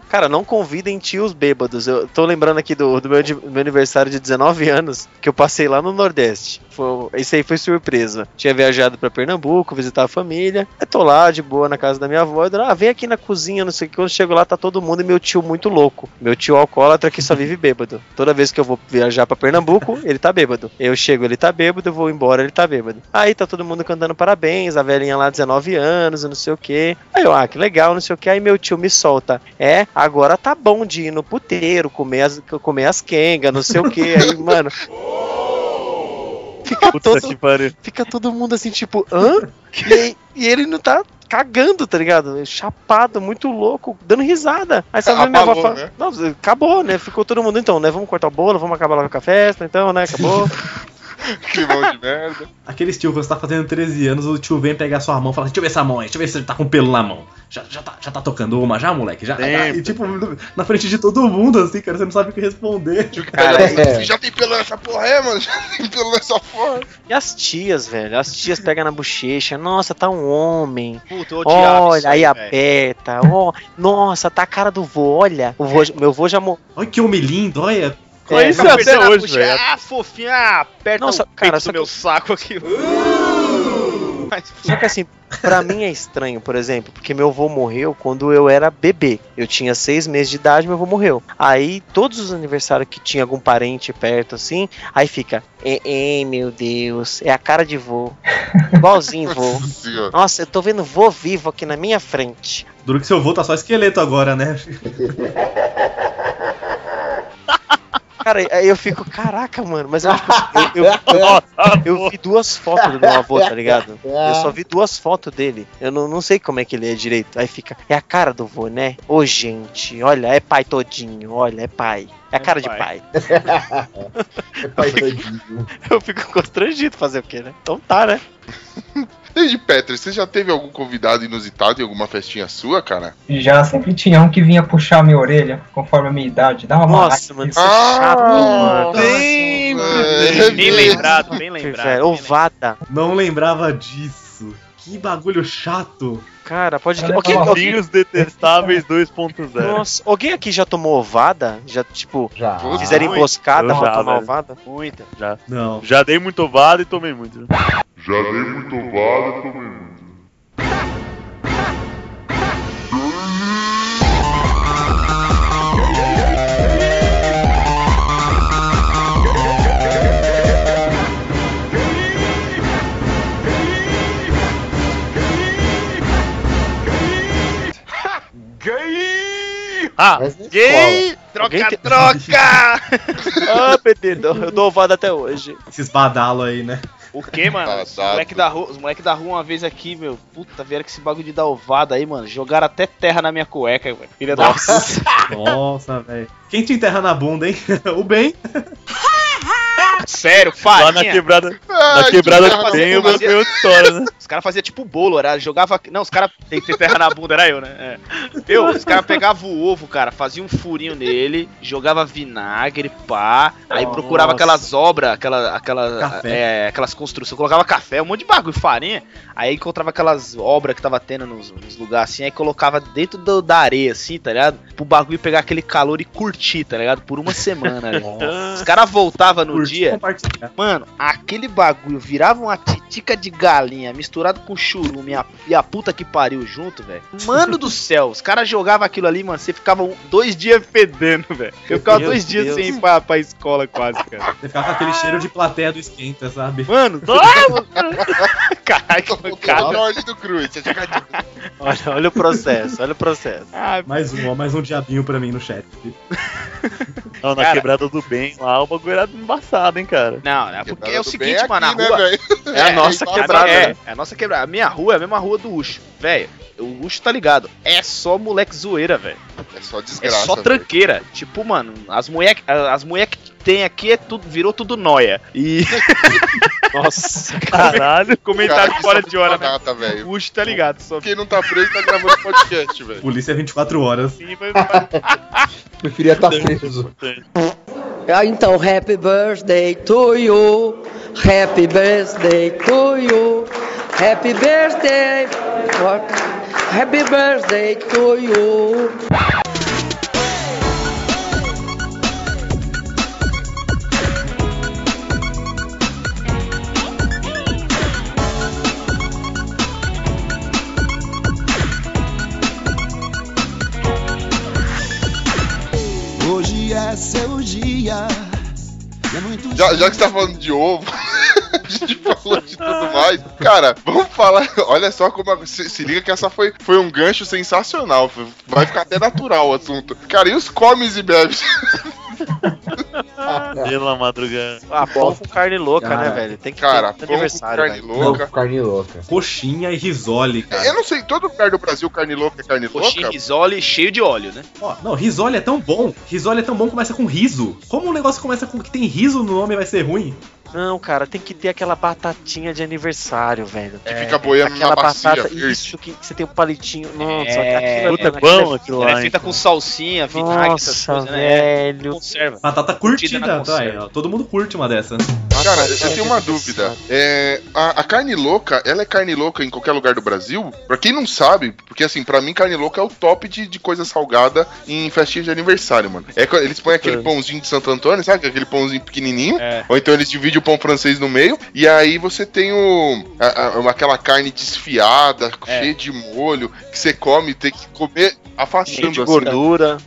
Cara, não convidem tios bêbados. Eu tô lembrando aqui do, do meu, di- meu aniversário de 19 anos, que eu passei lá no Nordeste. Foi, isso aí foi surpresa. Tinha viajado pra Pernambuco, visitar a família. Eu tô lá, de boa, na casa da minha avó. Eu, digo, ah, vem aqui na cozinha, não sei o que. Quando eu chego lá, tá todo mundo e meu tio muito louco. Meu tio alcoólatra que só vive bêbado. Toda vez que eu vou viajar pra Pernambuco, [laughs] ele tá bêbado. Eu chego, ele tá bêbado, eu vou embora, ele tá bêbado. Aí tá todo mundo cantando parabéns, a velhinha lá, 19 anos, não sei o que. Aí eu, ah, que legal, não sei o que. Aí meu tio me solta. É, agora tá bom de ir no puteiro, comer as, comer as quengas, não sei o que. [laughs] Aí, mano. Fica Puta todo que pariu. fica todo mundo assim, tipo, hã? E, aí- e ele não tá cagando, tá ligado? Chapado, muito louco, dando risada. Aí sabe minha avó Abalou, fala, né? não, acabou, né? Ficou todo mundo, então, né? Vamos cortar o bolo, vamos acabar logo com a festa, então, né? Acabou. Climão de merda. Aqueles tio, quando você tá fazendo 13 anos, o tio vem pegar sua mão e fala: assim, Deixa eu ver essa mão aí, deixa eu ver se ele tá com pelo na mão. Já, já, tá, já tá tocando uma, já, moleque? Já, já. E tipo, na frente de todo mundo, assim, cara, você não sabe o que [laughs] responder. Tio que Cara, pega- é. assim, Já tem pelo nessa porra, é, mano? Já tem pelo nessa porra. E as tias, velho, as tias pegam na bochecha, nossa, tá um homem. Puta, eu odiava isso Olha, aí velho. aperta, ó, nossa, tá a cara do vô, olha. O vô, meu vô já morreu. Olha que homem lindo, olha. É, Mas isso é Tá até apertando a hoje, bucha- velho. Ah, fofinha, aperta Nossa, o [laughs] peito cara, do só que- meu saco aqui. Só que assim, pra mim é estranho, por exemplo, porque meu avô morreu quando eu era bebê. Eu tinha seis meses de idade, meu avô morreu. Aí, todos os aniversários que tinha algum parente perto, assim, aí fica, "É, é, meu Deus, é a cara de vô. Igualzinho vô. Nossa, eu tô vendo vô vivo aqui na minha frente. Duro que seu avô tá só esqueleto agora, né? [laughs] Cara, aí eu fico, caraca, mano, mas eu acho que eu, eu, [laughs] eu- eu vi duas fotos do meu avô, tá ligado? É, Eu só vi duas fotos dele. Eu não, não sei como é que ele é direito. Aí fica, é a cara do vô, né? Ô, gente, olha, é pai todinho, olha, é pai. É a cara de pai. [laughs] pai todinho. Eu fico constrangido fazer o quê, né? Então tá, né? Desde Petra, você já teve algum convidado inusitado em alguma festinha sua, cara? Já sempre tinha um que vinha puxar minha orelha, conforme a minha idade. Dava uma Nossa, mano, isso é chato, mano. Sempre! Bem lembrado, bem lembrado. Velho, ovada. Não lembrava disso. Que bagulho chato. Cara, pode. Olha Alguém, pra lá. alguém, Amigos Detestáveis 2.0. nossa, alguém aqui já tomou ovada? Já, tipo, Já. Putz, fizeram muito. emboscada Eu pra já, tomar velho. ovada? Muita. Não. Já dei muito ovado e tomei muito. Já dei muito vale também. Ah, Mas na Gay! Alguém Troca, te- troca! ah, perdedor, eu dou ovada até hoje. Esses badalo aí, [laughs] né? O que, mano? Os Casado. moleque, da rua, os moleque da rua uma vez aqui, meu. Puta, vieram com esse bagulho de dar ovada aí, mano. Jogaram até terra na minha cueca, velho. Filha da Nossa, velho. Quem te enterra na bunda, hein? [laughs] O bem. Sério, Lá na farinha. quebrada, Ah, na quebrada que que merda. tem, eu mas- tenho outra história, né? Os caras faziam tipo bolo, era, jogava. Não, os caras tem que ter terra na bunda, era eu, né? É. Meu, os caras pegavam o ovo, cara, fazia um furinho nele, jogava vinagre, pá. Aí Nossa. procurava aquelas obras, aquela, aquela, Café. é, aquelas construções, colocava café, um monte de bagulho, farinha. Aí encontrava aquelas obras que tava tendo nos, nos lugares assim, aí colocava dentro do- da areia, assim, tá ligado? Pro bagulho pegar aquele calor e curtir, tá ligado? Por uma semana. né? Os caras voltavam no Curte e dia. compartilhar. Mano, aquele bagulho virava uma titica de galinha misturado com churume e a- e a puta que pariu junto, velho. Mano do céu, os caras jogavam aquilo ali, mano. Você ficava um- dois dias fedendo, velho. Eu ficava Meu dois dias Deus. sem ir pra, pra escola quase, cara. Você ficava com Ah. aquele cheiro de plateia do esquenta, sabe? Mano, [laughs] caralho, que O pancada. Lorde do Cruz. você joga de- Olha, olha o processo, olha o processo. Ah, Mais um, ó, mais um diabinho pra mim no chat. Não, na Cara. quebrada do bem lá, o bagulho era embaçado, hein, cara. não, é porque é Quebrado o seguinte, bem mano, aqui, a rua, Né, velho? [laughs] É a nossa É, quebrada. é. É, é a nossa quebrada. A minha rua é a mesma rua do Ucho. Velho, o Ucho tá ligado. É só moleque zoeira, velho. é só É desgraça. só velho. tranqueira. Tipo, mano, as mulher, que- as mulher que tem aqui é tudo, virou tudo noia. [laughs] E Nossa, Caralho. comentário Cara, fora isso de é uma hora, né? nata, velho. O Ucho tá ligado, só Quem não tá preso tá gravando podcast, velho. Polícia 24 horas. assim, mas- mas- Preferia estar preso. Ah, Então, happy birthday to you, happy birthday to you, happy birthday, what? happy birthday to you. Já, já que você tá falando de ovo, [laughs] a gente falou de tudo mais. Cara, vamos falar. Olha só como. a- se, se liga que essa foi, foi um gancho sensacional. foi- Vai ficar até natural o assunto. Cara, e os comes e bebes? É, Pela madrugada. ah, pão com carne louca, Cara. né, velho? Tem que Cara, ter pão com aniversário, carne velho. Não, louca. carne louca. Coxinha e risole, Eu cara. não sei, todo lugar do Brasil carne louca é carne Coxinha, louca? risole, cheio de óleo, né? Ó, não, risole é tão bom. Risole é tão bom que começa com riso. Como um negócio começa com que tem riso no nome vai ser ruim? Não, cara, tem que ter aquela batatinha de aniversário, velho. Que fica boiando na Aquela bacia batata, verde. isso que você tem um palitinho. Nossa, É, aquilo Puta, é aquilo bom aquilo lá. Ela é hein, feita com salsinha, vinagre, essas Nossa, coisas, né? É, velho. Conserva. Batata curtida. Curtida na tá aí, conserva. ó. Todo mundo curte uma dessa. Cara, eu tenho uma dúvida. É, a, a carne louca, ela é carne louca em qualquer lugar do Brasil? Pra quem não sabe, porque assim, pra mim carne louca é o top de, de coisa salgada em festinha de aniversário, mano. É, quando eles põem aquele pãozinho de Santo Antônio, sabe? Aquele pãozinho pequenininho. É, Ou então eles dividem o pão francês no meio. E aí você tem o, a- a- aquela carne desfiada, É. cheia de molho, que você come, tem que comer afastando. assim, né?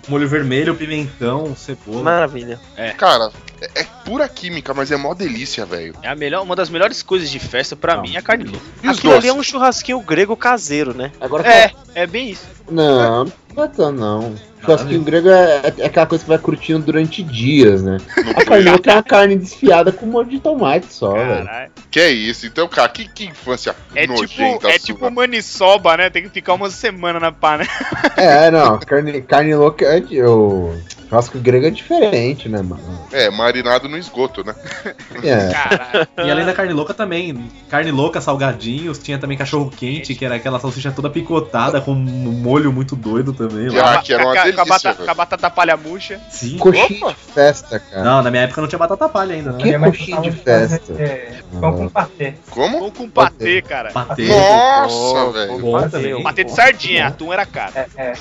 Molho vermelho, pimentão, cebola. Maravilha. É. Cara, é, é pura química, mas é mó delícia, velho. É a melhor, uma das melhores coisas de festa pra mim é a carne louca. E os Aquilo ali doces? é um churrasquinho grego caseiro, né? Agora É, é bem isso. Não, não é tão não. Churrasquinho grego é, é aquela coisa que vai curtindo durante dias, né? A carne louca é uma carne desfiada com um molho de tomate só, velho. Que é isso? Então, cara, que, que infância É tipo, nojenta é sua. tipo um- maniçoba, né? Tem que ficar uma semana na pá, né? É, não, carne, carne louca é. de- O churrasco grego é diferente, né, mano? É, marinado no esgoto, né? É. E além ah. da carne louca também, carne louca, salgadinhos, tinha também cachorro quente, que era aquela salsicha toda picotada com um molho muito doido também. Que Lá. ar- que era uma Com a- com, a delícia, batata, velho. com a batata palha murcha. Sim. um Coxinha de festa, cara. Não, na minha época não tinha batata palha ainda, né? Que Minha mãe coxinha de gostava de fazer, festa. Uhum. é, pão com patê. Como? Ou com patê, cara. Patê. Nossa, velho. Bom também. Patê de sardinha, atum era caro. É, é.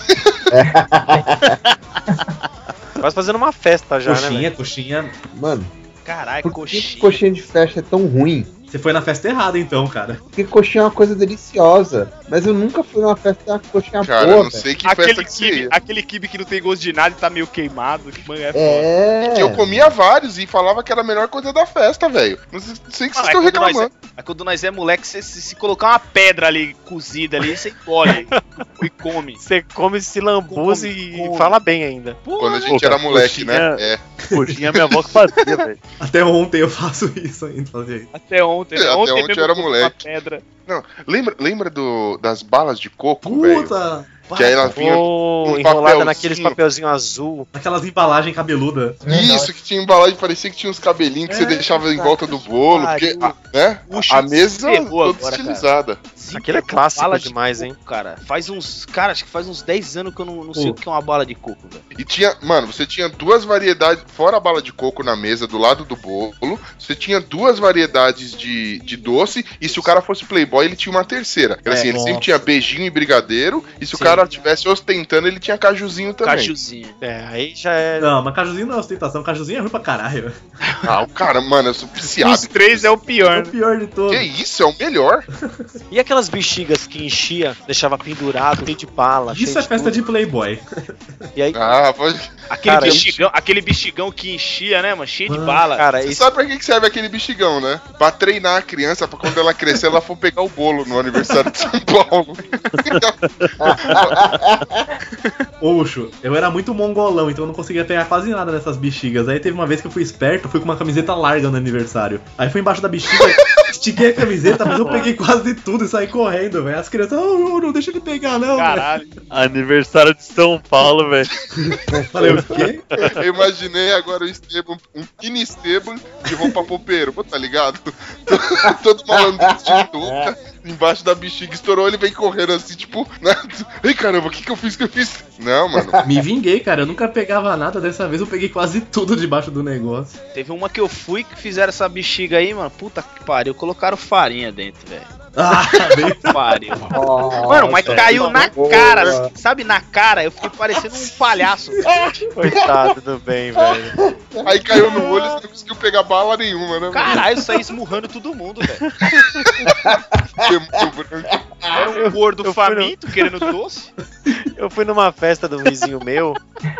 Quase fazendo uma festa já, né? Coxinha, velho? coxinha. Mano, É Caralho, por que que coxinha. coxinha de festa é tão ruim? Você foi na festa errada então, cara. Porque coxinha é uma coisa deliciosa. Mas eu nunca fui numa festa da coxinha Cara, não boa, velho. sei que festa Aquele que você kibe, ia. aquele kibe que não tem gosto de nada e tá meio queimado. que, Mano, é foda. É. Que eu comia vários e falava que era a melhor coisa da festa, velho. Não sei não sei o que vocês Mano, é estão quando, nós reclamando. é, é quando nós é moleque, você se, se colocar uma pedra ali cozida ali, você [laughs] engole e come. Você come esse lambuza Come, e come. fala bem ainda. Quando a Porra, gente Pô, era cara, moleque, né? coxinha- É. Coxinha minha avó que fazia, velho. Até ontem eu [laughs] faço isso ainda. assim, fazia isso. Até ontem, né? Até ontem, ontem mesmo eu era eu comi moleque. Uma pedra. Lembra, lembra do, das balas de coco, velho? Puta! Que aí ela vinha. Ou um enrolada papelzinho. naqueles papelzinho azul. Aquelas embalagens cabeludas. é Isso, que tinha embalagem, parecia que tinha uns cabelinhos que você É, deixava em cara, volta do bolo, porque, pariu. a- né? Puxa, A mesa ferrou toda agora, cara. estilizada. Sim, Aquele é cara, clássico bala de demais, coco, hein? Cara, faz uns. Cara, acho que faz uns 10 anos que eu não, não sei o que é uma bala de coco, velho. E tinha, mano, você tinha duas variedades, fora a bala de coco na mesa do lado do bolo, você tinha duas variedades de, de doce, e se o cara fosse playboy, ele tinha uma terceira. Era É, assim, ele nossa. sempre tinha beijinho e brigadeiro, e se o cara estivesse ostentando, ele tinha cajuzinho também. Cajuzinho. É, aí já é. Não, mas cajuzinho não é ostentação, cajuzinho é ruim pra [laughs] caralho. Ah, o cara, mano, eu sou Os viciado. três é o É pior. o pior de todos. Que isso, é o melhor. E aquelas bexigas que enchia, deixava pendurado, cheio de bala. Isso é festa de playboy. tudo. E aí, Ah, pode... Aquele, Cara, Ah, bexigão, aquele bexigão que enchia, né, mano? Cheio de Mano, bala. cara, Você isso sabe pra que que serve aquele bexigão, né? Pra treinar a criança pra quando ela crescer, ela for pegar o bolo no aniversário de São Paulo. Oxo, eu era muito mongolão, então eu não conseguia pegar quase nada dessas bexigas. Aí teve uma vez que eu fui esperto, fui com uma camiseta larga no aniversário. Aí fui embaixo da bexiga, [laughs] estiquei a camiseta, mas eu peguei quase tudo e saí correndo, velho. As crianças, "Oh, não, não deixa ele pegar, não. velho." Caralho. Aniversário de São Paulo, velho. Falei, o quê? Eu imaginei agora o Esteban, um mini Esteban de roupa popeiro, tá ligado? [laughs] Todo malandro de touca, embaixo da bexiga estourou, ele vem correndo assim, tipo, né? Ei caramba, o que que eu fiz que eu fiz? Não, mano. Me vinguei, cara. Eu nunca pegava nada. Dessa vez eu peguei quase tudo debaixo [laughs] do negócio. Teve uma que eu fui que fizeram essa bexiga aí, mano. Puta que pariu. Colocaram farinha dentro, velho. Ah, bem. Pariu. Nossa, tá Mano, mas caiu que na boa. cara. Sabe, na cara, eu fiquei parecendo um palhaço. coitado do bem, velho. Aí caiu no olho, você não conseguiu pegar bala nenhuma, né? mano? Caralho, eu saí esmurrando todo mundo, velho. Demônio é branco. Era um gordo eu fui no- faminto querendo doce. Eu fui numa festa do vizinho meu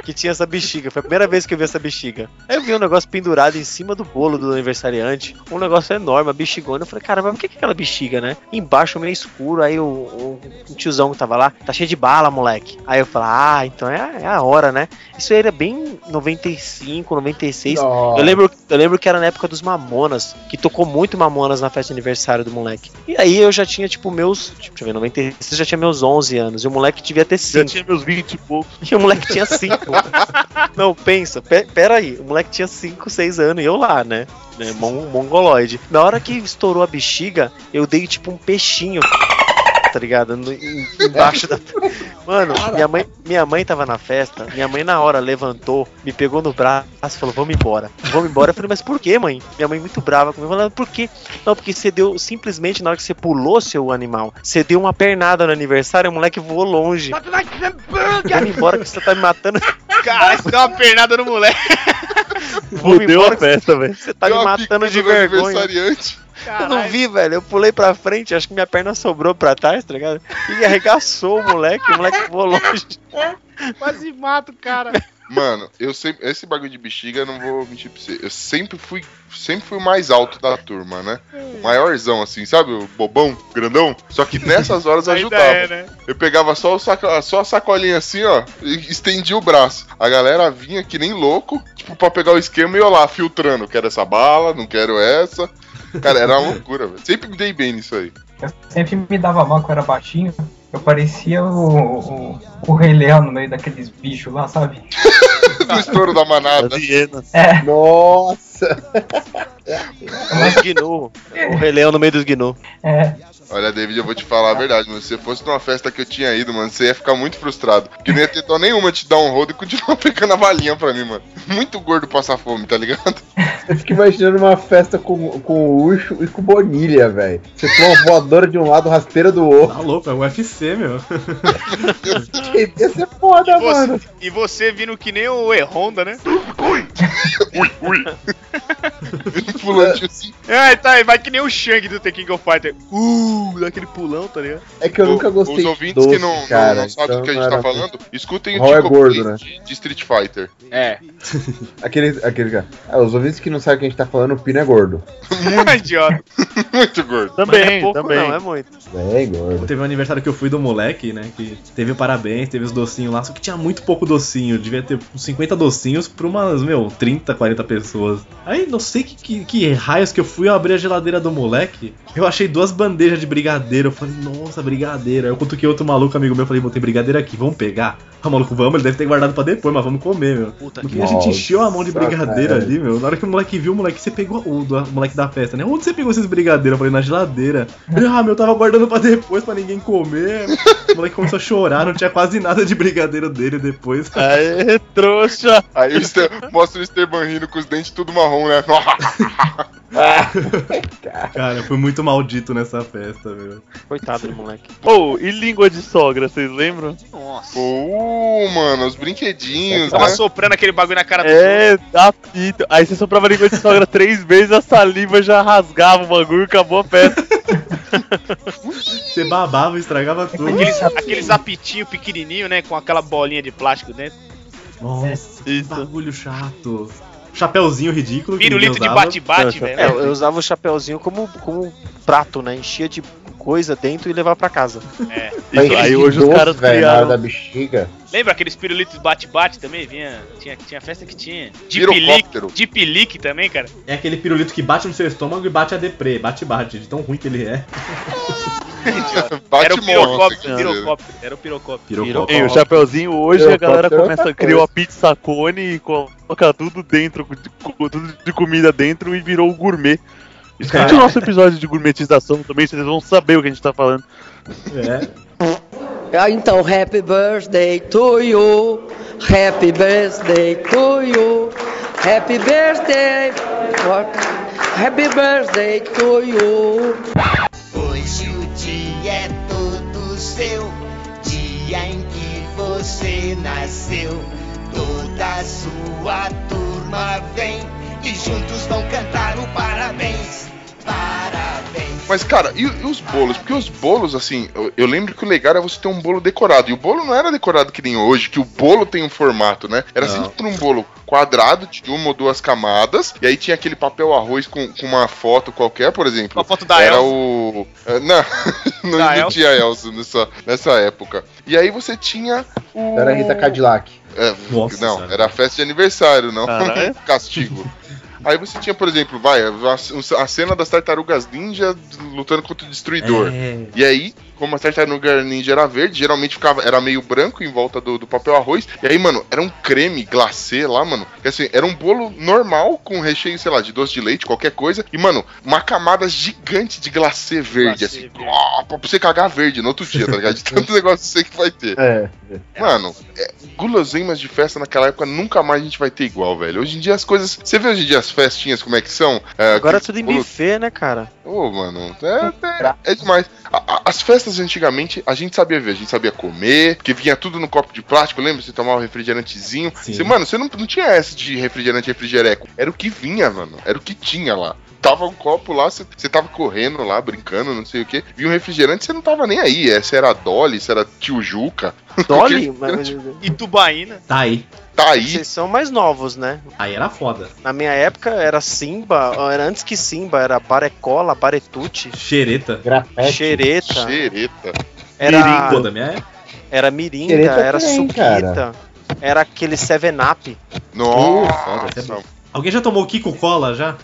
que tinha essa bexiga. Foi a primeira vez que eu vi essa bexiga. Aí eu vi um negócio pendurado em cima do bolo do aniversariante. Um negócio enorme, a bexigona. Eu falei, caramba, mas o que que é aquela bexiga, né? Embaixo meio escuro. Aí o, o- um tiozão que tava lá, tá cheio de bala, moleque. Aí eu falei, ah, então é, a- é a hora, né? Isso aí era bem 95, 96. Nossa. Eu lembro, eu lembro que era na época dos Mamonas, que tocou muito Mamonas na festa de aniversário do moleque. E aí eu já tinha, tipo, meus. Tipo, deixa eu ver, 96, eu já tinha meus 11 anos. E o moleque devia ter Já 5. tinha meus 20 e poucos. [laughs] E o moleque tinha 5. [laughs] Não, pensa, pe- pera aí. O moleque tinha 5, 6 anos e eu lá, né? né mon- mongoloide. Na hora que estourou a bexiga, eu dei, tipo, um peixinho. tá ligado? No- em- embaixo da. Mano, minha mãe, minha mãe tava na festa, minha mãe na hora levantou, me pegou no braço e falou: Vamos embora, vamos embora. Eu falei: Mas por que, mãe? Minha mãe muito brava comigo, falando: Por quê? Não, porque você deu, simplesmente na hora que você pulou seu animal, você deu uma pernada no aniversário, o moleque voou longe. Vamos embora que você tá [laughs] me matando. Caralho, você deu uma pernada no moleque. Vamos Fudeu embora a festa, velho. Você tá me matando de vergonha. Eu não vi, velho. Eu pulei pra frente, acho que minha perna sobrou pra trás, tá ligado? E arregaçou o moleque, o moleque voou longe. Quase mato, cara. Mano, eu sempre. Esse bagulho de bexiga, eu não vou mentir pra você. Eu sempre fui. Sempre fui o mais alto da turma, né? O maiorzão, assim, sabe? O bobão, grandão. Só que nessas horas Ainda ajudava. é, né? Eu pegava só, o saco- só a sacolinha assim, ó, e estendia o braço. A galera vinha que nem louco, tipo, pra pegar o esquema e eu lá, filtrando. Quero essa bala, não quero essa. Cara, era uma loucura, velho. Sempre me dei bem nisso aí. [laughs] Eu sempre me dava mal que eu era baixinho. Eu parecia o, o, o Rei Leão no meio daqueles bichos lá, sabe? No estouro da manada. É. Nossa! Os gnu. O Rei Leão no meio dos gnu. É. Olha, David, eu vou te falar a verdade, mano. Se você fosse numa festa que eu tinha ido, mano, você ia ficar muito frustrado. Porque não ia ter dó nenhuma de te dar um rodo e continuar [laughs] pegando a balinha pra mim, mano. Muito gordo passar fome, tá ligado? [laughs] Eu fico imaginando uma festa com, com o Urso e com Bonilha, velho. Você põe uma voadora de um lado, rasteira do outro. Tá louco, é UFC, meu. Ah. Ia ser foda, Tipo Você- mano. assim, E você vindo que nem o E-Honda, né? Ui, ui. Pulante assim. Ah, tá, e vai que nem o Shang do The King of Fighter. Uh, daquele pulão, tá ligado? É que eu nunca gostei Os de ouvintes doce, que não, não- cara, não sabem do que a então gente tá era- falando, escutem o Raul é Tico gordo, Play né? de, de Street Fighter. [laughs] É. Aquele, aquele cara. Ah, os ouvintes que não sabem o que a gente tá falando, o Pino é gordo. [laughs] Idiota. Muito gordo. Também, é pouco, também. não, é muito. É, gordo. Teve um aniversário que eu fui do moleque, né? Que teve o parabéns, teve os docinhos lá, só que tinha muito pouco docinho. Devia ter uns 50 docinhos pra umas, meu, 30, 40 pessoas. Aí não sei que, que, que raios que eu fui, eu abri a geladeira do moleque. Eu achei duas bandejas de brigadeiro. Eu falei, nossa, brigadeiro. Aí eu cutuquei outro maluco, amigo meu, falei, botei brigadeiro aqui, vamos pegar. Ah, maluco, vamos, ele deve ter guardado pra depois, mas vamos comer, meu. Puta No que fim, a gente Nossa, encheu a mão de brigadeiro cara. ali, meu. Na hora que o moleque viu, o moleque, você pegou o, do- o moleque da festa, né? Onde você pegou esses brigadeiros? Eu falei, na geladeira. Ele, ah, meu, eu tava guardando pra depois, pra ninguém comer. O moleque começou a chorar, não tinha quase nada de brigadeiro dele depois. Aê, [laughs] trouxa! Aí o Esther, mostra o Esteban rindo com os dentes tudo marrom, né? [laughs] Cara, eu fui muito maldito nessa festa, meu. Coitado do moleque. Pô, e língua de sogra, vocês lembram? Nossa. Pô, mano, os É brinquedinhos, Tava né? soprando aquele bagulho na cara do É, dá fita. Aí você soprava a língua de sogra [laughs] três vezes, a saliva já rasgava o bagulho, acabou a festa. Você babava, estragava tudo. Aqueles, aqueles apitinhos pequenininho, né? Com aquela bolinha de plástico dentro. Nossa, que Isso. bagulho chato. Chapeuzinho ridículo. que ninguém Pirulito de usava. bate-bate, Não, É, velho. eu eu usava o chapéuzinho como, como um prato, né? Enchia de coisa dentro e levava pra casa. Tá Isso, aí enchido hoje de os doce, caras velho, na hora da criaram. bexiga. Lembra aqueles pirulitos de bate-bate também? Vinha, tinha, tinha festa que tinha. De pilique, Pirocóptero. de pilique também, cara. É aquele pirulito que bate no seu estômago e bate a deprê. Bate-bate, de tão ruim que ele é. [laughs] Era o Bate monstro, pirocóptero, quer dizer. pirocóptero, era o pirocóptero. Pirocóptero. Ei, o Chapeuzinho, hoje a galera Pirocóptero é começa, outra criou a coisa. pizza cone e coloca tudo dentro, de- co- tudo de comida dentro e virou o gourmet. Escute o nosso episódio de gourmetização também, vocês vão saber o que a gente tá falando. É. Ah, então, happy birthday to you, happy birthday to you, happy birthday, for- happy birthday to you. Hoje o dia é todo seu, dia em que você nasceu. Toda sua turma vem e juntos vão cantar o parabéns. Parabéns. Mas, cara, e, e os bolos? Porque os bolos, assim, eu, eu lembro que o legal era você ter um bolo decorado. E o bolo não era decorado que nem hoje, que o bolo tem um formato, né? Era Não. sempre um bolo quadrado, de uma ou duas camadas. E aí tinha aquele papel arroz com, com uma foto qualquer, por exemplo. Uma foto da era Elsa. o. é, Não, [laughs] não, Da não tinha Elsa nessa, nessa época. E aí você tinha o. Era Rita Cadillac. É, Nossa não, senhora. era festa de aniversário, não Caralho. [laughs] castigo. Aí você tinha, por exemplo, vai, a, a cena das tartarugas ninja lutando contra o destruidor. É. E aí, como a tá tartaruga ninja era verde, geralmente ficava, era meio branco em volta do, do papel arroz. E aí, mano, era um creme glacê lá, mano. Que assim, era um bolo normal com recheio, sei lá, de doce de leite, qualquer coisa. E, mano, uma camada gigante de glacê verde, Glacê assim. ó, pra você cagar verde no outro dia, tá ligado? De tanto [laughs] negócio que você que vai ter. É. Mano, é, guloseimas de festa naquela época nunca mais a gente vai ter igual, velho. Hoje em dia as coisas. Você vê hoje em dia as festinhas como é que são? É, Agora é com- tudo em bolo- buffet, né, [laughs] cara? Ô, mano, é, é, é demais. A- a- as festas antigamente a gente sabia ver, a gente sabia comer, porque vinha tudo no copo de plástico, lembra? Você tomava um refrigerantezinho. Sim. Você, mano, você não, não tinha essa de refrigerante refrigereco. Era o que vinha, mano. Era o que tinha lá. Tava um copo lá, você você tava correndo lá, brincando, não sei o quê. Vinha um refrigerante, você não tava nem aí. É, se era Dolly, se era Tio Juca. [laughs] Dolly? Porque- Mas- E Tubaína. Tá aí. Tá aí, Vocês são mais novos, né? Aí era foda. Na minha época era Simba, ó, era antes que Simba, era Barecola, Baretute, Xereta. Grafete. Xereta, xereta. era, Miringo da minha época. era Mirinda, Xereta era também, Suquita, era aquele Seven Up. foda, Nossa, até Alguém já tomou Kiko Cola já?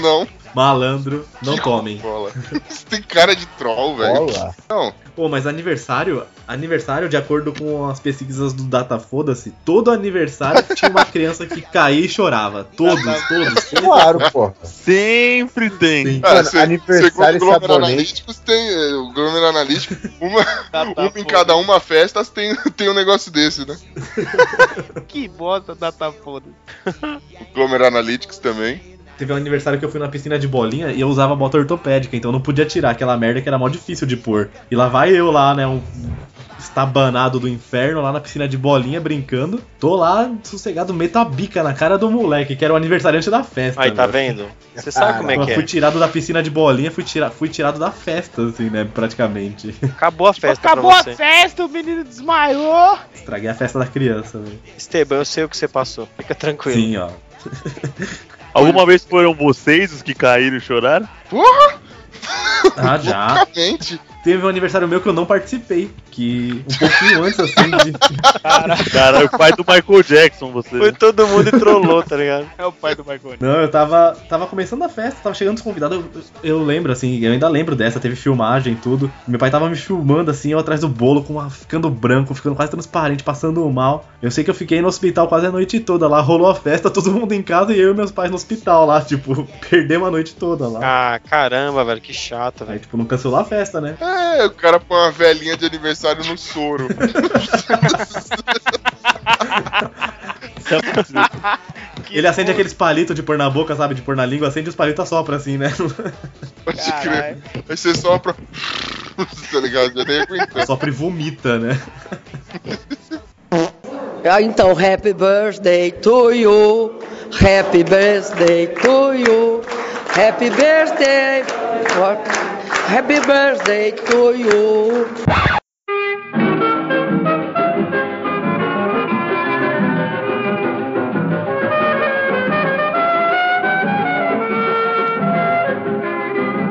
não, Malandro, não tomem. bola. [laughs] Você tem cara de troll, velho. Olá. Não, Pô, mas aniversário, aniversário, de acordo com as pesquisas do Data Foda-se, todo aniversário tinha uma criança que caía e chorava. Todos, todos, todos. Claro, [laughs] pô. Sempre tem. Sim. Cara, Mano, se- aniversário segundo o Glomer sabonete. Analytics, tem, eh, o Glomer Analytics, [laughs] uma, Tá, tá, uma em pô. cada uma festa tem, tem um negócio desse, né? Que bosta, data foda. O Glomer Analytics também. Teve um aniversário que eu fui na piscina de bolinha e eu usava bota ortopédica, então eu não podia tirar aquela merda que era mó difícil de pôr. E lá vai eu lá, né, um estabanado do inferno, lá na piscina de bolinha, brincando. Tô lá, sossegado, meto a bica na cara do moleque, que era o aniversariante da festa. Aí, tá meu. vendo? Você sabe como é Eu que Fui é. tirado da piscina de bolinha, fui, tira... fui tirado da festa, assim, né, praticamente. [laughs] Acabou a festa Tipo, Acabou pra a você. festa, o menino desmaiou. Estraguei a festa da criança, velho. Esteban, eu sei o que você passou. Fica tranquilo. Sim, ó. Alguma vez foram vocês os que caíram e choraram? Ah, já. Loucamente. Teve um aniversário meu que eu não participei. Que um pouquinho antes, assim, de... Cara, é o pai do Michael Jackson, você. Foi todo mundo e trollou, tá [laughs] ligado? É o pai do Marconi. Não, eu tava, tava começando a festa, tava chegando os convidados. Eu, eu lembro, assim, eu ainda lembro dessa, teve filmagem e tudo. Meu pai tava me filmando, assim, eu atrás do bolo, com uma- ficando branco, ficando quase transparente, passando mal. Eu sei que eu fiquei no hospital quase a noite toda lá. Rolou a festa, [laughs] todo mundo em casa e eu e meus pais no hospital lá. Tipo, [laughs] perdemos a noite toda lá. Ah, caramba, velho, que chato, Aí, velho. tipo, não cancelou a festa, né? É, o cara põe uma velhinha de aniversário no soro. Ele acende aqueles palitos de pôr na boca, sabe? De pôr na língua, acende os palitos sopra, assim, né? [laughs] Pode crer. Caralho. Aí você sopra. [laughs] tá ligado? Já nem aguentando. Sopra e vomita, né? Ah, Então, happy birthday to you, happy birthday to you, happy birthday, what? happy birthday to you.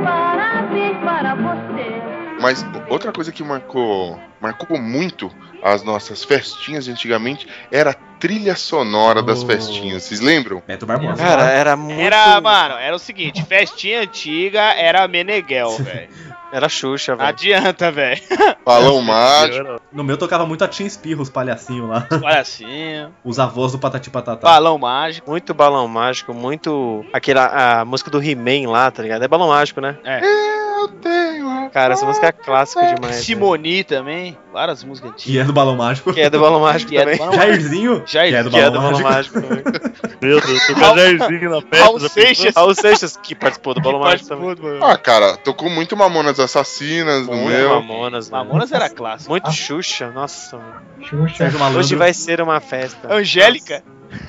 Parabéns para você. Mas outra coisa que marcou, marcou muito as nossas festinhas de antigamente era a trilha sonora das Oh. festinhas. Vocês lembram? Neto Barbosa. Cara, era muito. Era, mano, era o seguinte, festinha antiga era Meneghel, velho. Era Xuxa, Não velho. adianta, velho. [laughs] Balão mágico. No meu tocava muito a Tim Espirro, os palhacinhos lá. Olha assim, Os avós do Patati Ah, Patatá. balão mágico. Muito balão mágico, muito. Aquela a música do He-Man lá, tá ligado? É balão mágico, né? Eu tenho. Cara, essa música é clássica demais. Simoni também, várias músicas Que antigas. é do Balão Mágico. Né? Que é do balão mágico Que é do também. Balão [laughs] Jairzinho. Jair- que é do Que é Balão do balão Mágico. mágico também. Meu Deus, tô com a Jairzinho na Raul festa. já Seixas. pensou? Raul Seixas, que participou do balão mágico também. Ah, cara, tocou muito Mamonas Assassinas no Muito meu. Mamonas, né? Mamonas é era clássico. Muito Xuxa, nossa. mano. Xuxa. Sérgio Malandro. Hoje vai ser uma festa. Angélica,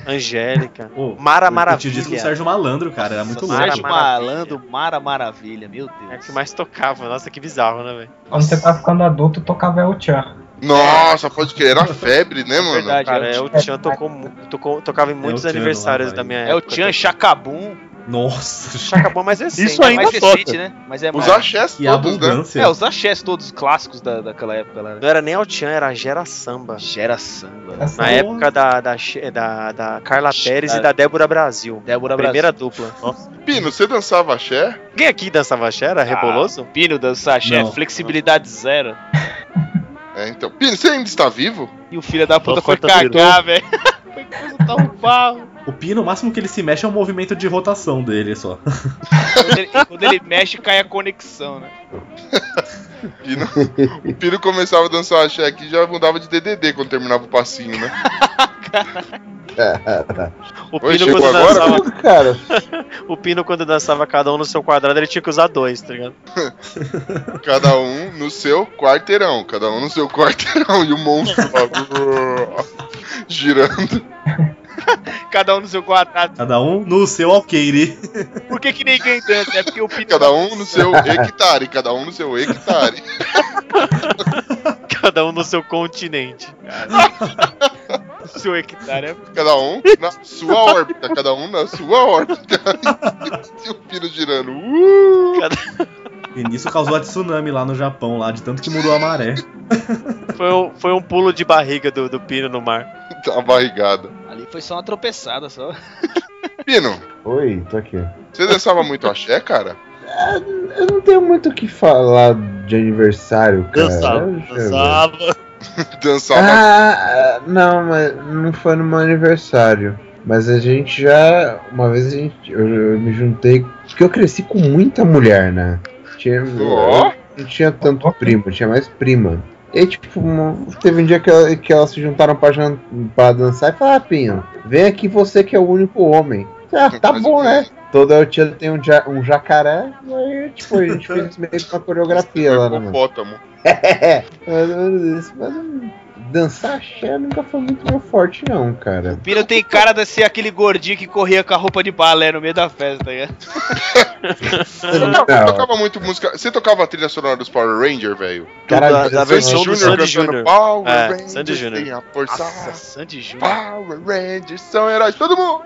Angélica. Ô, Mara eu curti o Maravilha. disco do Sérgio Malandro, cara. Era É muito Nossa, louco. Sérgio Mara Maravilha. Malandro, Mara Maravilha, meu É a Deus. que mais tocava. Nossa, que bizarro, né, velho? Quando você tá ficando adulto, tocava El Chan. Nossa, pode crer, era febre, né, mano? Verdade, Cara, é é, o o Tchan tocou, mu- tocou- tocava em muitos Tchan, aniversários lá, da minha é o época. Tchan Chacabum. Nossa, Acabou é mais assim. recente. Isso ainda mais toca. recente, né? Mas é Os mais. axés todos, que né? abundância. É, os axés todos os clássicos da, daquela época lá, né? Não era nem Altian, era a Gera Samba. Gera samba. Essa Na é época da, da, Che- da, da Carla Pérez Cara. e da Débora Brasil. Débora A primeira dupla. Pino, você dançava axé? Quem aqui dançava axé? Ah. Era Reboloso? Brasil. Pino dançar axé, Não. flexibilidade zero. É, então. Pino, você ainda está vivo? E o filho da puta Nossa, foi tá cagar, velho. [laughs] Foi consultar um barro. O pino, o máximo que ele se mexe é o movimento de rotação dele só. Quando ele, quando ele mexe, cai a conexão, né? Pino, o Pino começava a dançar axé aqui e já mudava de DDD quando terminava o passinho, né? É, O Oi, Pino, chegou quando agora? dançava, Cara, o Pino, quando dançava cada um no seu quadrado, ele tinha que usar dois, tá ligado? Cada um no seu quarteirão. Cada um no seu [laughs] quarteirão. E o monstro lá, girando. Cada um no seu quadrado. Cada um no seu alqueire. Por que, que ninguém dança? É porque o Pino. Cada um no seu hectare. Cada um no seu hectare. Cada um no seu continente. seu hectare. Cada um na sua órbita. Cada um na sua órbita. [laughs] E o Pino girando. Uh! E nisso causou a tsunami lá no Japão, lá, de tanto que mudou a maré. Foi um, foi um pulo de barriga do, do Pino no mar. A tá barrigada. Ali foi só uma tropeçada só. Pino, oi, tô aqui. você dançava muito axé, cara? [laughs] Eu não tenho muito o que falar de aniversário, cara. Dançava, Eu já- dançava. Dançava. Ah, não, mas não foi no meu aniversário. Mas a gente já. Uma vez a gente, eu, eu me juntei. Porque eu cresci com muita mulher, né? Tinha, Ó. Não tinha tanto primo, tinha mais prima. E tipo, uma- teve um dia que, ela- que elas se juntaram pra, jan- pra dançar e falaram, ah, Pinho, vem aqui você que é o único homem. Ah, tá Mas bom, o- né? Toda tia tem um, ja- um jacaré, e aí, tipo, a gente fez meio que uma coreografia lá, né, mano? hipopótamo. É, mais ou menos isso. Mas hum, dançar axé nunca foi muito meu forte, não, cara. O Pino tem cara de ser aquele gordinho que corria com a roupa de balé no meio da festa, tá ligado? Você tocava, Não. tocava muito música. Você tocava a trilha sonora dos Power Ranger, velho? Cara, da, da Sandy versão do Sandy cantando Júnior. Power É, Rangers. Sandy Júnior. tem a força. Nossa, um Sandy Júnior. Power Rangers são heróis, todo mundo!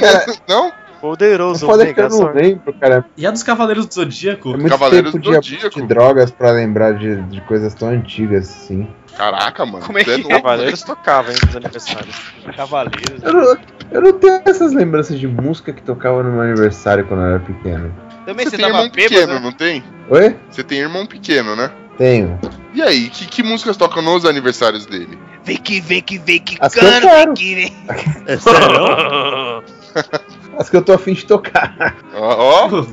Cara, [laughs] não? O Poderoso, foda é que eu não Megazord. lembro, cara. E a dos Cavaleiros do É Zodíaco? muito Cavaleiros tempo do de, Zodíaco. de drogas pra lembrar de, de coisas tão antigas assim. Caraca, mano. Como é você que é? louco, Cavaleiros tocava, hein, nos aniversários. Cavaleiros. Eu não, eu não tenho essas lembranças de música que tocava no meu aniversário quando eu era pequeno. Também Você, você tem tava irmão bêbado, é, pequeno, né? não tem? Oi? Você tem irmão pequeno, né? Tenho. E aí, que, que músicas tocam nos aniversários dele? Vem que vem que vem que As que eu cano, quero. vem que vem. É sério? As que eu tô afim de tocar. [laughs] Ó, ó,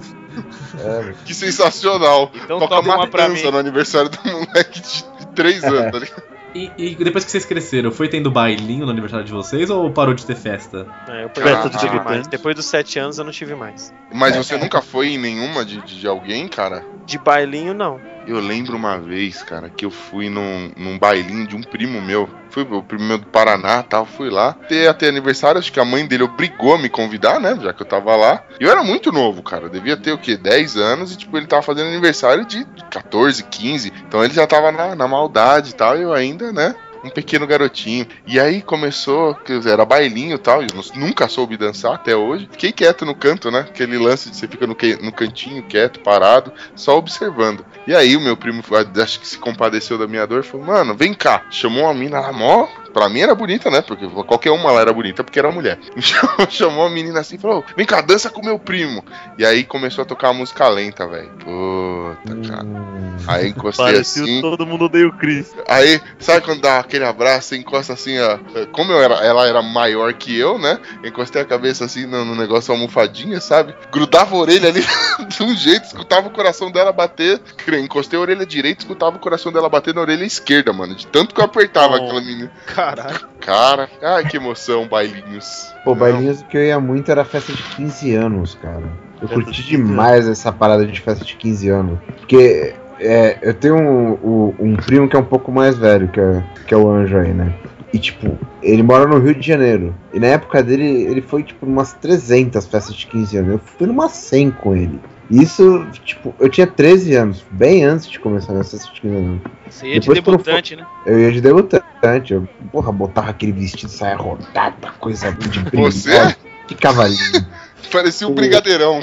É, que sensacional. Então Toca toma uma pra mim. matanza no aniversário do [laughs] moleque de [laughs] 3 anos, tá ligado? E, e depois que vocês cresceram, foi tendo bailinho no aniversário de vocês ou parou de ter festa? É, eu Festa perdi, de não tive debutante. mais. Depois dos sete anos eu não tive mais. Mas você nunca foi em nenhuma de, de de alguém, cara? De bailinho, não. Eu lembro uma vez, cara, que eu fui num, num bailinho de um primo meu. Fui o primo meu do Paraná e tal, fui lá. Até, até aniversário, acho que a mãe dele obrigou a me convidar, né? Já que eu tava lá. E eu era muito novo, cara. Eu devia ter o quê? 10 anos e, tipo, ele tava fazendo aniversário de 14, 15. Então ele já tava na, na maldade e tal. E eu ainda, né? Um pequeno garotinho. E aí começou, quer dizer, era bailinho e tal. e Eu nu- nunca soube dançar até hoje. Fiquei quieto no canto, né? Aquele lance de você fica no, que- no cantinho, quieto, parado só observando. E aí o meu primo, acho que se compadeceu da minha dor, e falou, mano, vem cá. Chamou uma mina lá, mó... Pra mim era bonita, né? Porque qualquer uma lá era bonita, porque era mulher. [laughs] Chamou- Chamou a menina assim e falou, vem cá, dança com meu primo. E aí começou a tocar uma música lenta, velho. Puta, cara. hum, Aí encostei Parecia assim. todo mundo odeia o Chris. Aí, sabe quando dá aquele abraço, você encosta assim, ó. Como eu era, ela era maior que eu, né? Encostei a cabeça assim no, no negócio almofadinha, sabe? Grudava a orelha ali [laughs] de um jeito, escutava o coração dela bater. Cre- Encostei a orelha direita, escutava o coração dela bater na orelha esquerda, mano. De tanto que eu apertava Oh. aquela menina. Caralho. Cara, ai que emoção, bailinhos. Pô, bailinhos que eu ia muito era festa de 15 anos, cara. Eu Festa curti de 15 demais essa parada de festa de 15 anos. Porque é, eu tenho um, o- um primo que é um pouco mais velho, que é, que é o Anjo aí, né? E, tipo, ele mora no Rio de Janeiro. E na época dele, ele foi, tipo, umas 300 festas de 15 anos. Eu fui numa 100 com ele. E Isso, tipo, eu tinha 13 anos, bem antes de começar minha festa de 15 anos. Você ia de Depois quando debutante, né? Eu ia de debutante, eu, porra, botava aquele vestido, saia rodada, coisa de Você? brilhosa, Ficava lindo. Parecia um brigadeirão.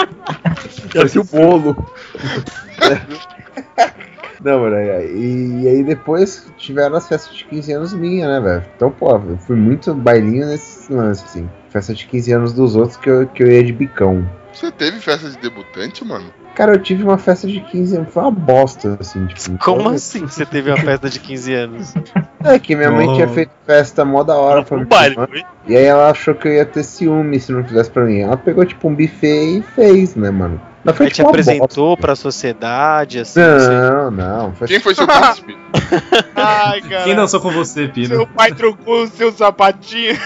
[laughs] Parecia o bolo. [laughs] Não, mano, aí- e, e aí depois tiveram as festas de 15 anos minha, né, velho? Então, pô, eu fui muito bailinho nesses lances, assim. Festa de 15 anos dos outros que eu, que eu ia de bicão. Você teve festa de debutante, mano? Cara, eu tive uma festa de 15 anos, foi uma bosta, assim, tipo. [laughs] Como então, assim você teve uma festa de 15 anos? É que minha mãe Oh. tinha feito festa mó da hora um pra mim. baile, E aí ela achou que eu ia ter ciúme se não fizesse pra mim. Ela pegou, tipo, um buffet e fez, né, mano? Mas foi, Aí te tipo, uma apresentou pra sociedade, assim? Não, não. tipo Quem foi seu príncipe? né? Ai, cara. Quem dançou com você, Pino? Seu pai trocou o seu sapatinho.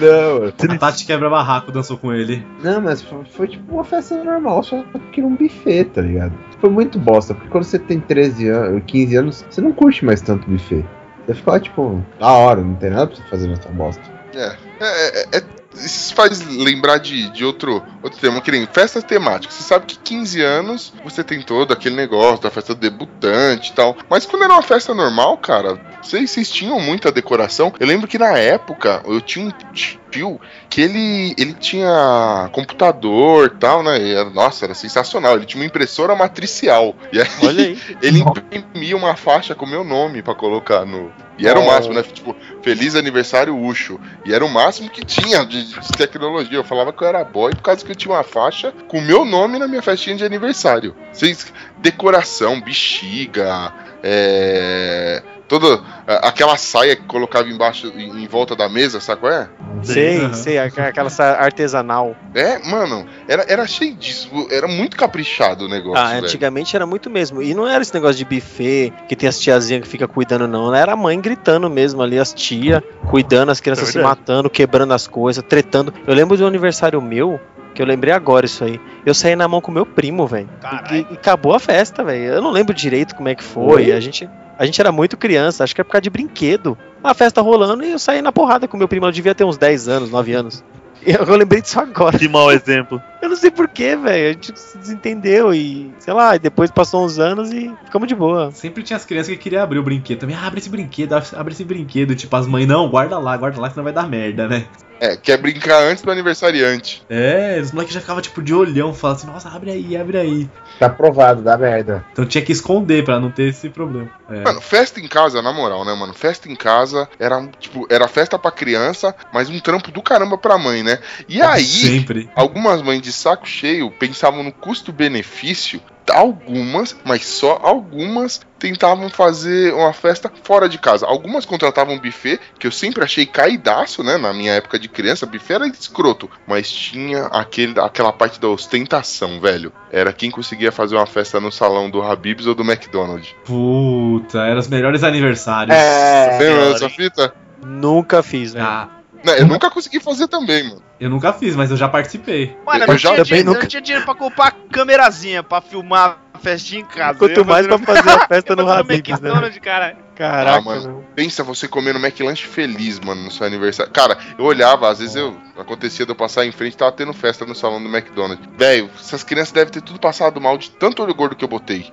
Não, mano. A Tati quebra barraco dançou com ele. Não, mas foi, foi tipo uma festa normal, só que era um buffet, tá ligado? Foi muito bosta, porque quando você tem 13 anos, 15 anos, você não curte mais tanto buffet. Você fica lá, tipo, da hora, não tem nada pra você fazer nessa bosta. É. é, é, é- isso faz lembrar de, de outro, outro tema, que nem festas temáticas. Você sabe que 15 anos você tem todo aquele negócio da festa do debutante e tal. Mas quando era uma festa normal, cara, vocês, vocês tinham muita decoração. Eu lembro que na época eu tinha um tio que ele, ele tinha computador e tal, né? E era- nossa, era sensacional. Ele tinha uma impressora matricial. E aí, Olha aí. ele imprimia uma faixa com o meu nome pra colocar no. E era o máximo, né? Tipo, feliz aniversário Ucho. E era o máximo que tinha de, de tecnologia. Eu falava que eu era boy por causa que eu tinha uma faixa com o meu nome na minha festinha de aniversário. Vocês, decoração, bexiga, é. Toda a- aquela saia que colocava embaixo, em, em volta da mesa, sabe qual é? Sei, sei, aqua- aquela sa- artesanal. É, mano, era, era cheio disso. Era muito caprichado o negócio. ah, velho. antigamente era muito mesmo. E não era esse negócio de buffet, que tem as tiazinhas que fica cuidando, não. Era a mãe gritando mesmo ali, as tia cuidando, as crianças É se verdade. matando, quebrando as coisas, tretando. Eu lembro de um aniversário meu, que eu lembrei agora isso aí. Eu saí na mão com meu primo, velho. E, e acabou a festa, velho. Eu não lembro direito como é que foi. Oi? A gente, a gente era muito criança, acho que é por causa de brinquedo. A festa rolando e eu saí na porrada com meu primo. Eu devia ter uns 10 anos, 9 anos. Eu, eu lembrei disso agora. Que mau exemplo. Eu não sei porquê, velho. A gente se desentendeu e, sei lá, e depois passou uns anos e ficamos de boa. Sempre tinha as crianças que queriam abrir o brinquedo também. Ah, abre esse brinquedo, abre esse brinquedo. Tipo, as mães, não, guarda lá, guarda lá, senão vai dar merda, né? É, quer brincar antes do aniversariante. É, os moleques já ficavam tipo de olhão, falavam assim, nossa, abre aí, abre aí. Tá aprovado, dá merda. Então tinha que esconder pra não ter esse problema. É. Mano, festa em casa, na moral, né, mano? Festa em casa era, tipo, era festa pra criança, mas um trampo do caramba pra mãe, né? E Ah, aí, Sempre. algumas mães de saco cheio pensavam no custo-benefício, algumas, mas só algumas, tentavam fazer uma festa fora de casa. Algumas contratavam buffet, que eu sempre achei caidaço, né? Na minha época de criança, buffet era escroto, mas tinha aquele, aquela parte da ostentação, velho. Era quem conseguia fazer uma festa no salão do Habib's ou do McDonald's. Puta, eram os melhores aniversários. É. Lembra senhora, dessa hein? fita? Nunca fiz, velho. Ah, Não, eu nunca consegui fazer também, mano. eu nunca fiz, mas eu já participei. Mano, eu Eu não, já- tinha também dinheiro, eu nunca- não tinha dinheiro pra comprar câmerazinha pra filmar a festinha em casa. Eu Quanto ia mais fazer pra fazer a festa no Habib's, né? McDonald's, cara. Caraca, Ah, mano. meu. Pensa você comer no McLanche feliz, mano, no seu aniversário. Cara, eu olhava, às vezes eu acontecia de eu passar em frente, tava tendo festa no salão do McDonald's. Velho, essas crianças devem ter tudo passado mal de tanto olho gordo que eu botei.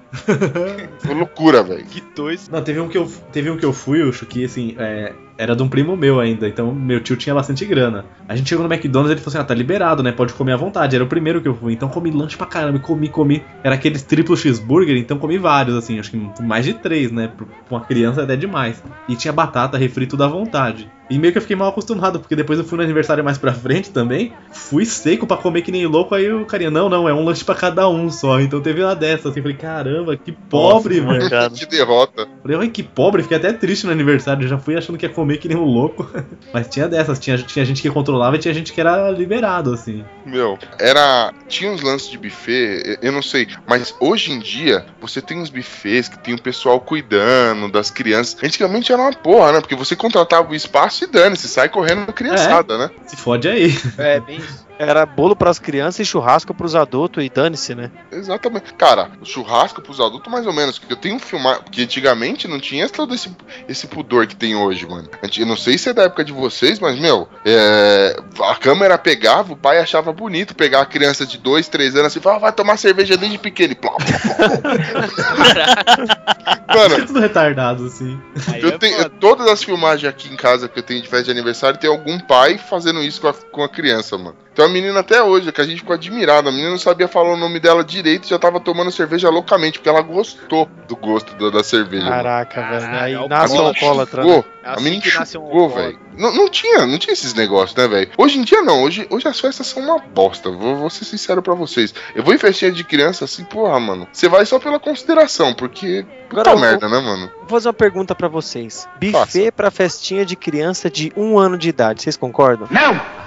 Foi loucura, velho. Que dois. Não, teve um que eu, teve um que eu fui, eu que assim, é, era de um primo meu ainda, então meu tio tinha bastante grana. A gente chegou no McDonald's e ele falou assim, ah, tá liberado, né? Pode comer à vontade. Era o primeiro que eu fui, então comi lanche pra caramba, e comi, comi. Era aqueles triplo cheeseburger, então comi vários, assim, acho que mais de três, né? Pra uma criança é até demais. E tinha batata, refri, tudo à vontade. E meio que eu fiquei mal acostumado, porque depois eu fui no aniversário mais pra frente também, fui seco pra comer que nem louco, aí o carinha, não, não, é um lanche pra cada um só. Então teve uma dessa, assim, falei, caramba, que pobre, mano. Mancado. [laughs] Que derrota. Falei, ai que pobre, fiquei até triste no aniversário, eu já fui achando que ia comer que nem um louco. [laughs] Mas tinha dessas, tinha, tinha gente que controlava e tinha gente que era liberado, assim. Meu, era. Tinha uns lances de buffet, eu- eu não sei, mas hoje em dia, você tem uns buffets que tem o pessoal cuidando das crianças. Antigamente era uma porra, né? Porque você contratava o espaço e dane-se, sai correndo criançada, né? Se fode aí. [laughs] É, bem isso. Era bolo pras crianças e churrasco pros adultos e dane-se, né? Exatamente. Cara, o churrasco pros adultos, mais ou menos. Porque eu tenho um filmar. Porque antigamente não tinha todo esse, esse pudor que tem hoje, mano. Anti- Eu não sei se é da época de vocês, mas, meu, é, a câmera pegava, o pai achava bonito pegar a criança de 2, 3 anos assim, falava, vai tomar cerveja desde pequeno. E plá, plá, plá, plá. mano, Tudo retardado, assim. eu tenho, eu- todas as filmagens aqui em casa que eu tenho de festa de aniversário, tem algum pai fazendo isso com a, com a criança, mano. Tem uma menina até hoje que a gente ficou admirado. A menina não sabia falar o nome dela direito, já tava tomando cerveja loucamente, porque ela gostou do gosto da, da cerveja. mano. Caraca, velho. é Aí o nasce um menina alcoólatra. né? chupou, É a assim menina que nasce um chupou, alcoólatra. velho. Não, não tinha, não tinha esses negócios, né, velho? Hoje em dia não, hoje, hoje as festas são uma bosta, vou, vou ser sincero pra vocês. Eu vou em festinha de criança assim, porra, mano. Você vai só pela consideração, porque puta Agora, o- merda, né, mano? Vou fazer uma pergunta pra vocês. Buffet pra festinha de criança de um ano de idade, vocês concordam? Não.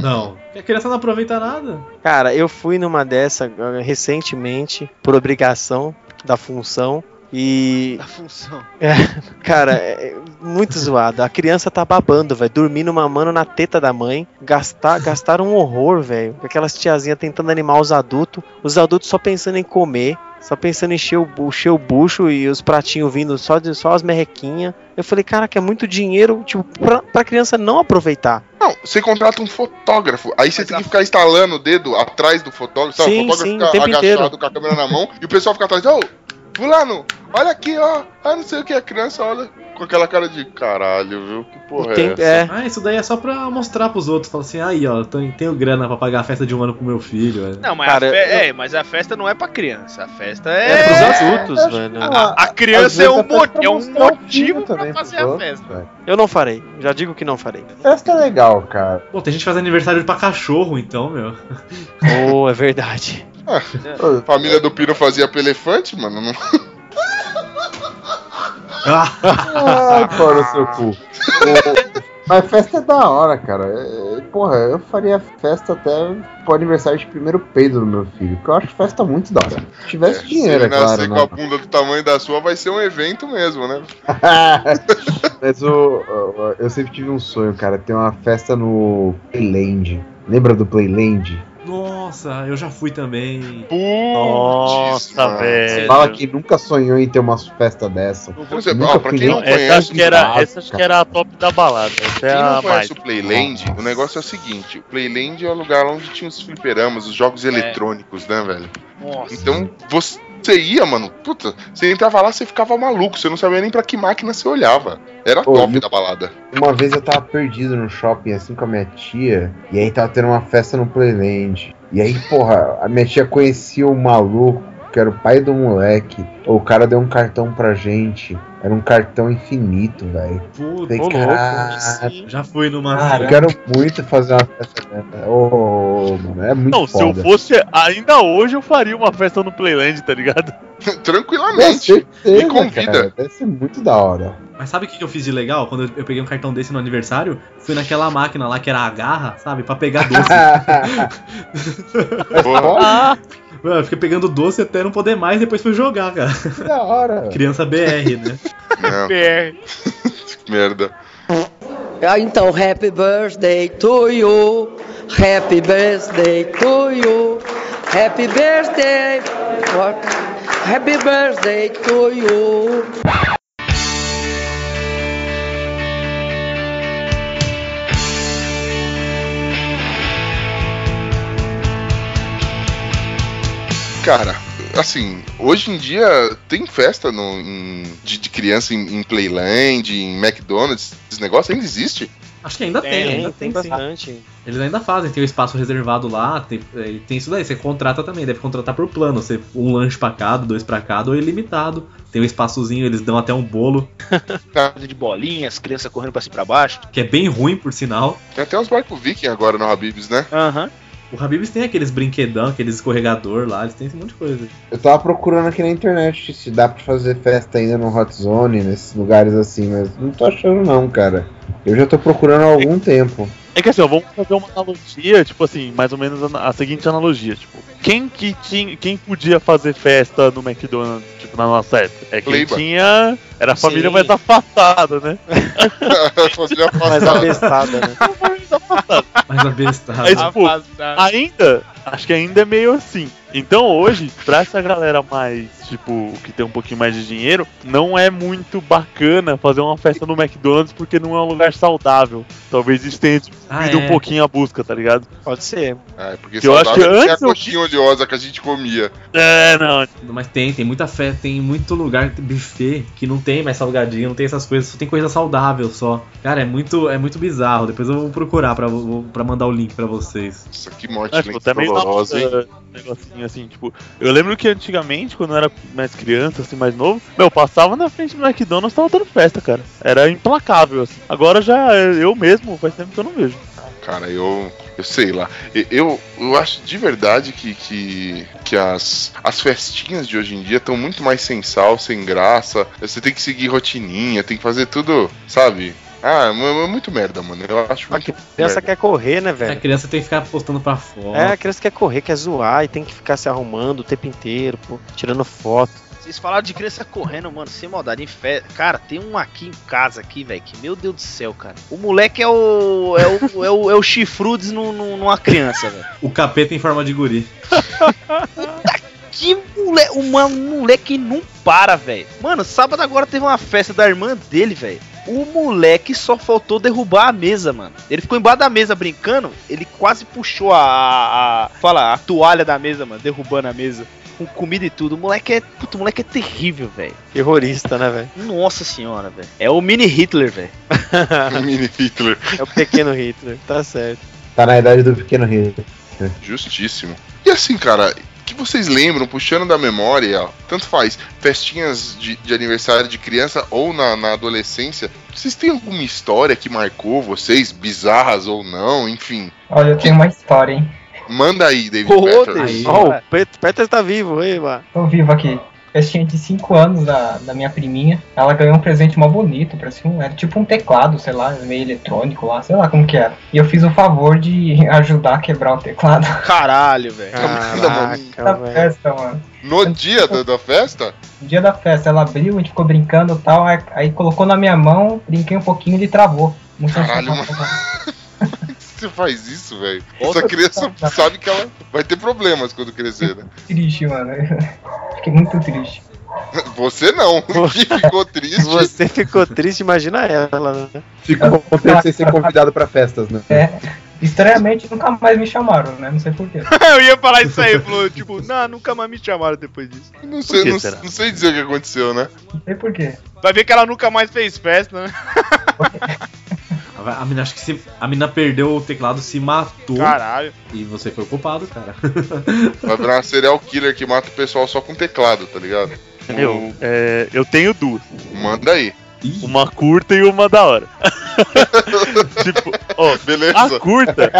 Não. Porque a criança não aproveita nada. Cara, eu fui numa dessa ah, recentemente, por obrigação da função. E, A função. cara, é muito zoado. A criança tá babando, velho. Dormindo, mamando na teta da mãe. Gastar, gastaram um horror, velho. Com Aquelas tiazinhas tentando animar os adultos. Os adultos só pensando em comer. Só pensando em encher o, bu- encher o bucho e os pratinhos vindo só, de, só as merrequinhas. Eu falei, caraca, é muito dinheiro, tipo, pra, pra criança não aproveitar. Não, você contrata um fotógrafo, aí você Mas tem a- que ficar instalando o dedo atrás do fotógrafo, sabe? Sim, o fotógrafo sim, o tempo inteiro. com a câmera na mão e o pessoal fica atrás, ô, fulano, olha aqui, ó, ah, não sei o que, a criança olha com aquela cara de caralho, viu? Que porra o é tempo, essa? é. Ah, isso daí é só pra mostrar pros outros. Falar assim, aí, ó, tenho, tenho grana pra pagar a festa de um ano pro meu filho. velho. Não, mas, Cara, a fe- eu- é, mas a festa não é pra criança. A festa É, é. pros adultos, velho. A, a Às criança vezes é um, a festa mo- pra é mostrar um o filho né, motivo pra também, fazer pros a outros, festa. velho. Eu não farei. Já digo que não farei. Festa é legal, cara. Bom, tem gente que faz aniversário pra cachorro, então, meu. Oh, é verdade. É. Ô, Família do Pino fazia pra elefante, mano. Não... Ah, Ai, [laughs] pau no seu cu. Ô, Mas festa é da hora, cara. É, Porra, eu faria festa até pro aniversário de primeiro peido do meu filho. Porque eu acho festa muito da hora. Se tivesse dinheiro, Se é claro. nascer com a Né? bunda do tamanho da sua, vai ser um evento mesmo, né? [laughs] Mas o, o- eu sempre tive um sonho, cara. Ter uma festa no Playland. Lembra do Playland? nossa, eu já fui também. Putz, Nossa, mano. velho. Fala que nunca sonhou em ter uma festa dessa. Eu não sei, Nunca ó, pra fui quem não nem- Essa acho, conhece, que era, Nossa, essa acho que era a top da balada. Essa é Quem não a mais. conhece o Playland, o negócio é o seguinte: o Playland é o lugar onde tinha os fliperamas, os jogos eletrônicos, né, velho? Nossa. Então você ia, mano, puta, você entrava lá, você ficava maluco, você não sabia nem pra que máquina você olhava. Era Pô, top meu- da balada. [laughs] Uma vez eu tava perdido no shopping, assim, com a minha tia, e aí tava tendo uma festa no Playland. E aí, porra, a minha tia conhecia o maluco, que era o pai do moleque. O cara deu um cartão pra gente. Era um cartão infinito, velho. Puta, Falei, louco, cara, já fui numa. eu quero muito fazer uma festa dessa. Ô, mano, é muito Não, se eu foda. fosse. Ainda hoje eu faria uma festa no Playland, tá ligado? Com Tranquilamente. certeza, Me convida. Cara, deve ser muito [laughs] da hora. Mas sabe o que eu fiz de legal? Quando eu- eu peguei um cartão desse no aniversário, fui naquela máquina lá que era a garra, sabe? Pra pegar [laughs] doce. Boa. Ah, Mano, eu fiquei pegando doce até não poder mais, depois fui jogar, cara. que da hora. Criança BR, né? [laughs] Não, PR. que merda. Ah, Então, happy birthday to you, happy birthday to you, happy birthday, happy birthday to you. Cara, assim, hoje em dia tem festa no, em- de, de criança em, em Playland, em McDonald's, esse negócio ainda existe? Acho que ainda tem, É, ainda tem. bastante. Eles ainda fazem, tem o espaço reservado lá, tem, é, tem isso daí, você contrata também, deve contratar por plano, você, um lanche pra cada, dois pra cada, ou ilimitado. Tem um espaçozinho, eles dão até um bolo, De bolinhas, criança correndo pra cima e pra baixo. que é bem ruim, por sinal. Tem até uns barcos viking agora no Habibs, né? Aham. O Habibs tem aqueles brinquedão, aqueles escorregador lá, eles têm esse monte de coisa. Eu tava procurando aqui na internet se dá pra fazer festa ainda no Hot Zone, nesses lugares assim, mas não tô achando não, cara. Eu já tô procurando há algum tempo. É que assim, ó, vamos fazer uma analogia, tipo assim, mais ou menos ana- a seguinte analogia, tipo, quem que tinha, quem podia fazer festa no McDonald's, tipo, na nossa época? É quem Leiba. tinha, era a família Sim. mais afastada, né? Fazia [laughs] Mas afastada. abestada, né? A família mais afastada. mais Ah. abestado. Aí, tipo, ainda, acho que ainda é meio assim. Então hoje, pra essa galera mais, tipo, que tem um pouquinho mais de dinheiro, não é muito bacana fazer uma festa no McDonald's porque não é um lugar saudável. Talvez isso tenha diminuído Ah, é. um pouquinho a busca, tá ligado? Pode ser. É, porque Que eu acho que saudável é a antes eu- coxinha oleosa que a gente comia. É, não. Mas tem, tem muita fé, tem muito lugar, tem buffet, que não tem mais salgadinho, não tem essas coisas, só tem coisa saudável só. Cara, é muito, é muito bizarro. Depois eu vou procurar pra, vou- pra mandar o link pra vocês. Nossa, que morte Ah, tipo, lenta também dolorosa, hein? nossa, negocinho assim, tipo, eu lembro que antigamente, quando eu era mais criança, assim, mais novo, meu, passava na frente do McDonald's tava dando festa, cara. Era implacável, assim. Agora já eu mesmo, faz tempo que eu não vejo. Cara, eu, eu sei lá. E- Eu, eu acho de verdade que, que, que as, as festinhas de hoje em dia estão muito mais sem sal, sem graça. Você tem que seguir rotininha, tem que fazer tudo, sabe? Ah, é mu- é muito merda, mano. Eu acho muito criança merda. quer correr, né, velho? A criança tem É que ficar postando pra fora. É, a criança quer correr, quer zoar e tem que ficar se arrumando o tempo inteiro, pô, tirando foto. Vocês falaram de criança correndo, mano, sem maldade, em fé. Cara, tem um aqui em casa aqui, velho, que meu Deus do céu, cara. O moleque é o é o é o, é o chifrudes no- no- numa criança, velho. O capeta em forma de guri. Que moleque, uma moleque não para, velho. Mano, sábado agora teve uma festa da irmã dele, velho. O moleque só faltou derrubar a mesa, mano. Ele ficou embaixo da mesa brincando, ele quase puxou a, a- a- fala, a toalha da mesa, mano, derrubando a mesa. Com comida e tudo. O moleque é, puto, o moleque é terrível, velho. Terrorista, né, velho? [laughs] Nossa senhora, velho. É o mini Hitler, velho. [laughs] Mini Hitler. É o pequeno Hitler, tá certo. Tá na idade do pequeno rei. Justíssimo. E assim, cara, o que vocês lembram, puxando da memória, ó, tanto faz, festinhas de, de aniversário de criança ou na, na adolescência, vocês têm alguma história que marcou vocês, bizarras ou não, enfim? Olha, eu tenho uma história, hein? Manda aí, David Ô, Peters. David. Ó, o Pet- Peters tá vivo, hein, mano? Tô vivo aqui. Festinha de 5 anos da, da minha priminha. Ela ganhou um presente mó bonito, parecia um, era tipo um teclado, sei lá, meio eletrônico lá, sei lá como que era. E eu fiz o favor de [laughs] ajudar a quebrar o teclado [laughs] Caralho, velho. na festa, mano. No dia da, da festa? No dia da festa, ela abriu, a gente ficou brincando e tal, aí, aí colocou na minha mão, brinquei um pouquinho e ele travou. Não sei se- Caralho, mano. Você faz isso, velho? Essa criança sabe que ela vai ter problemas quando crescer, né? Triste, mano. [laughs] Fiquei muito triste. Você não. Que ficou triste. Você ficou triste, imagina ela, né? Fico contente sem ser convidado pra festas, né? É, Estranhamente, nunca mais me chamaram, né? Não sei porquê. [laughs] Eu ia falar isso [laughs] aí, falou, tipo, não, nunca mais me chamaram depois disso. Não sei, não, não sei dizer o que aconteceu, né? Não sei porquê. Vai ver que ela nunca mais fez festa, [laughs] né? A, a mina, acho que se, a mina perdeu o teclado, se matou. Caralho. E você foi o culpado, cara. Vai virar uma serial killer que mata o pessoal só com teclado, tá ligado? Meu, é, eu tenho duas. Manda aí. Uma curta e uma da hora. [laughs] tipo, ó, Beleza. a curta,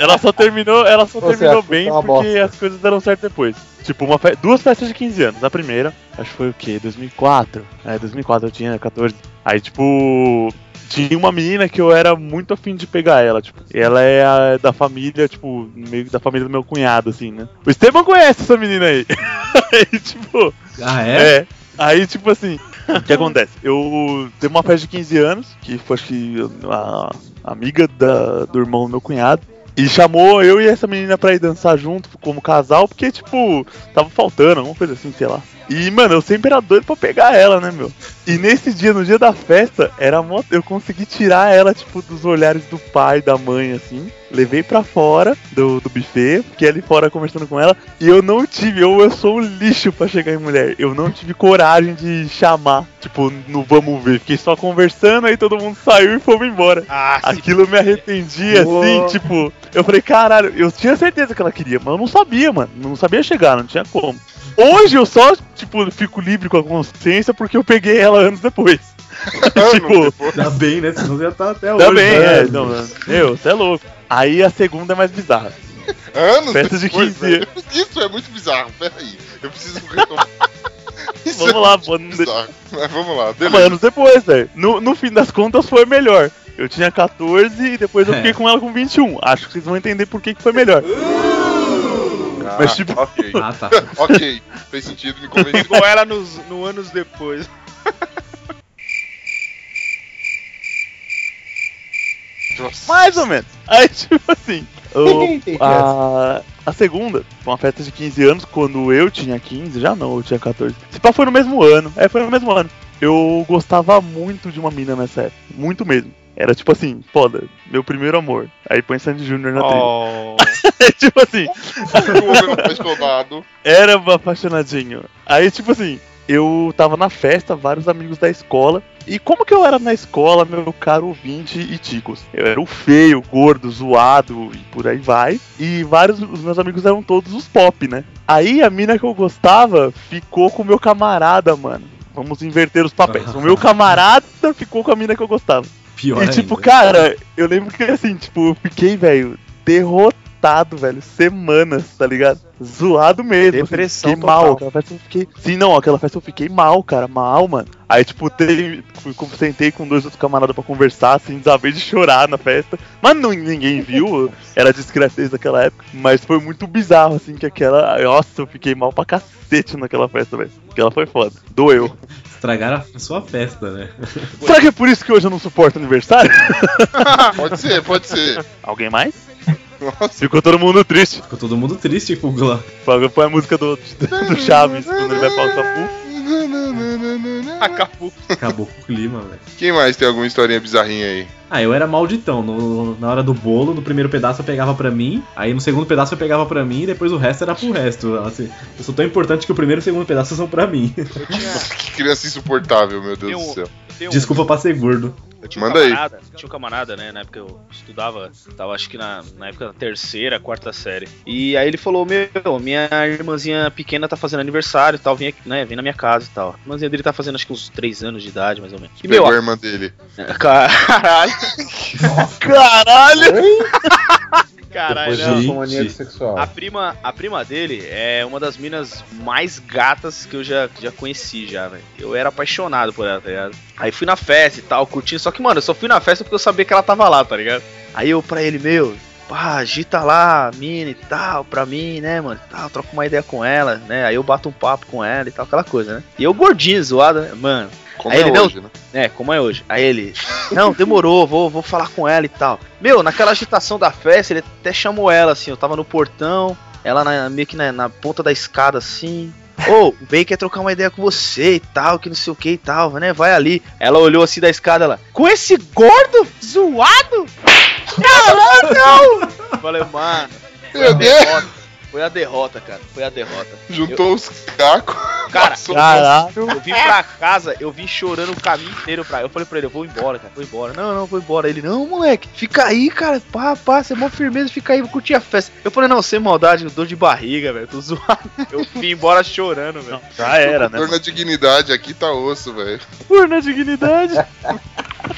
ela só terminou, ela só Ou seja, terminou a curta bem é uma porque as coisas deram certo depois. Tipo, uma fe- duas festas de 15 anos. A primeira, acho que foi o quê? 2004. É, 2004 eu tinha 14. Aí, tipo, tinha uma menina que eu era muito afim de pegar ela, tipo. Ela é a- da família, tipo, meio que da família do meu cunhado, assim, né? O Esteban conhece essa menina aí. [laughs] aí, tipo. Ah, é? É. Aí, tipo assim, o que acontece? Eu teve uma festa de 15 anos, que foi acho que a amiga da- do irmão do meu cunhado. E chamou eu e essa menina pra ir dançar junto como casal, porque, tipo, tava faltando, alguma coisa assim, sei lá. E, mano, eu sempre era doido pra pegar ela, né, meu? E nesse dia, no dia da festa, era mó... eu consegui tirar ela, tipo, dos olhares do pai, da mãe, assim. Levei pra fora do, do buffet, fiquei ali fora conversando com ela. E eu não tive, eu, eu sou um lixo pra chegar em mulher. Eu não tive coragem de chamar, tipo, no vamos ver. Fiquei só conversando, aí todo mundo saiu e fomos embora. Ah, Aquilo eu me arrependi, assim, Boa. tipo... Eu falei, caralho, eu tinha certeza que ela queria, mas eu não sabia, mano. Não sabia chegar, não tinha como. Hoje eu só, tipo, fico livre com a consciência porque eu peguei ela anos depois. [laughs] tipo, Ainda bem, né? Senão já tá até hoje. também, né? é. Não, mano. meu, você é louco. Aí a segunda é mais bizarra. Anos Festa de depois, 15 velho. Isso é muito bizarro, peraí. Eu preciso retomar. [laughs] Isso Vamos é lá, muito bizarro. Mas vamos lá, Mas beleza. anos depois, velho. No, no fim das contas foi melhor. Eu tinha 14 e depois eu É. fiquei com ela com 21. Acho que vocês vão entender por que, que foi melhor. Mas, tipo, ok. [laughs] Ah, tá. ok, fez sentido, me convenceu. Igual ela nos no anos [laughs] depois. Mais ou menos. Aí, tipo assim. [laughs] o- a, a segunda, uma festa de 15 anos, quando eu tinha 15, já não, eu tinha 14. Se pá, foi no mesmo ano. É, foi no mesmo ano. Eu gostava muito de uma mina nessa época. Muito mesmo. Era tipo assim, foda, meu primeiro amor. Aí põe Sandy Júnior na Oh. trilha. [laughs] tipo assim. [laughs] escovado. Era apaixonadinho. Aí, tipo assim, eu tava na festa, vários amigos da escola. E como que eu era na escola, meu caro ouvinte e ticos? Eu era o feio, gordo, zoado e por aí vai. E vários, os meus amigos eram todos os pop, né? Aí a mina que eu gostava ficou com o meu camarada, mano. Vamos inverter os papéis. O meu camarada ficou com a mina que eu gostava. Pior E tipo, ainda. cara, eu lembro que assim, tipo, eu fiquei, velho, derrotado, velho, semanas, tá ligado? Zoado mesmo. Depressão assim, fiquei mal, total. aquela festa eu fiquei. Sim, não, aquela festa eu fiquei mal, cara, mal, mano. Aí, tipo, teve, fui, com- sentei com dois outros camaradas pra conversar, assim, desabei de chorar na festa. Mas não, ninguém viu, era desgraceiro daquela época. Mas foi muito bizarro, assim, que aquela. Nossa, eu fiquei mal pra cacete naquela festa, velho. Aquela foi foda. Doeu. Estragaram a sua festa, né? Será que é por isso que hoje eu não suporto aniversário? pode ser, pode ser. Alguém mais? Ficou todo mundo triste. Ficou todo mundo triste, tipo, Glam. Foi a música do, do Chaves, quando ele vai pra Acapulco. Acabou. Acabou com o clima, né? velho. Quem mais tem alguma historinha bizarrinha aí? Ah, eu era malditão. No- na hora do bolo, no primeiro pedaço eu pegava pra mim, aí no segundo pedaço eu pegava pra mim, e depois o resto era pro resto. Assim, eu sou tão importante que o primeiro e o segundo pedaço são pra mim. Que criança insuportável, meu Deus do céu. Tem um- Desculpa pra ser gordo. Eu tinha um Manda aí. camarada, Tinha um camarada, né? Na época eu estudava, tava acho que na, na época da terceira, quarta série. E aí ele falou: Meu, minha irmãzinha pequena tá fazendo aniversário e tal, vem, aqui, né, vem na minha casa e tal. A irmãzinha dele tá fazendo acho que uns 3 anos de idade, mais ou menos. E, Pegou meu, a irmã dele. [laughs] caralho. Caralho! Caralho, Depois não. eu sou maníaco sexual. A prima, a prima dele é uma das minas mais gatas que eu já, já conheci, já, velho. Eu era apaixonado por ela, tá ligado? Aí fui na festa e tal, curtindo. Só que, mano, eu só fui na festa porque eu sabia que ela tava lá, tá ligado? Aí eu pra ele, meu, pá, agita lá, a mina e tal, pra mim, né, mano? Tal, troca uma ideia com ela, né? Aí eu bato um papo com ela e tal, aquela coisa, né? E eu gordinho, zoado, né? Mano. Como aí é ele, não, hoje, né? é, como é hoje. Aí ele, não, demorou, vou, vou falar com ela e tal. Meu, naquela agitação da festa, ele até chamou ela, assim, eu tava no portão, ela na- meio que na, na ponta da escada, assim. Ô, o Bey quer trocar uma ideia com você e tal, que não sei o que e tal, né? Vai ali. Ela olhou assim da escada, ela, com esse gordo zoado? Caralho! Eu Falei, mano, foi a Meu Deus. derrota. Foi a derrota, cara, foi a derrota. Juntou os cacos. Cara, passou- Caralho! Eu vim pra casa, eu vim chorando o caminho inteiro pra. Eu falei pra ele, eu vou embora, cara, vou embora. Não, não, vou embora. Ele, não, moleque, fica aí, cara. Pá, pá, você é mó firmeza, fica aí, vou curtir a festa. Eu falei, não, sem maldade, eu dor de barriga, velho. Tô [laughs] zoado. Eu vim embora chorando, velho. Já era, né? Dor na dignidade, aqui tá osso, velho. Por na dignidade. [laughs]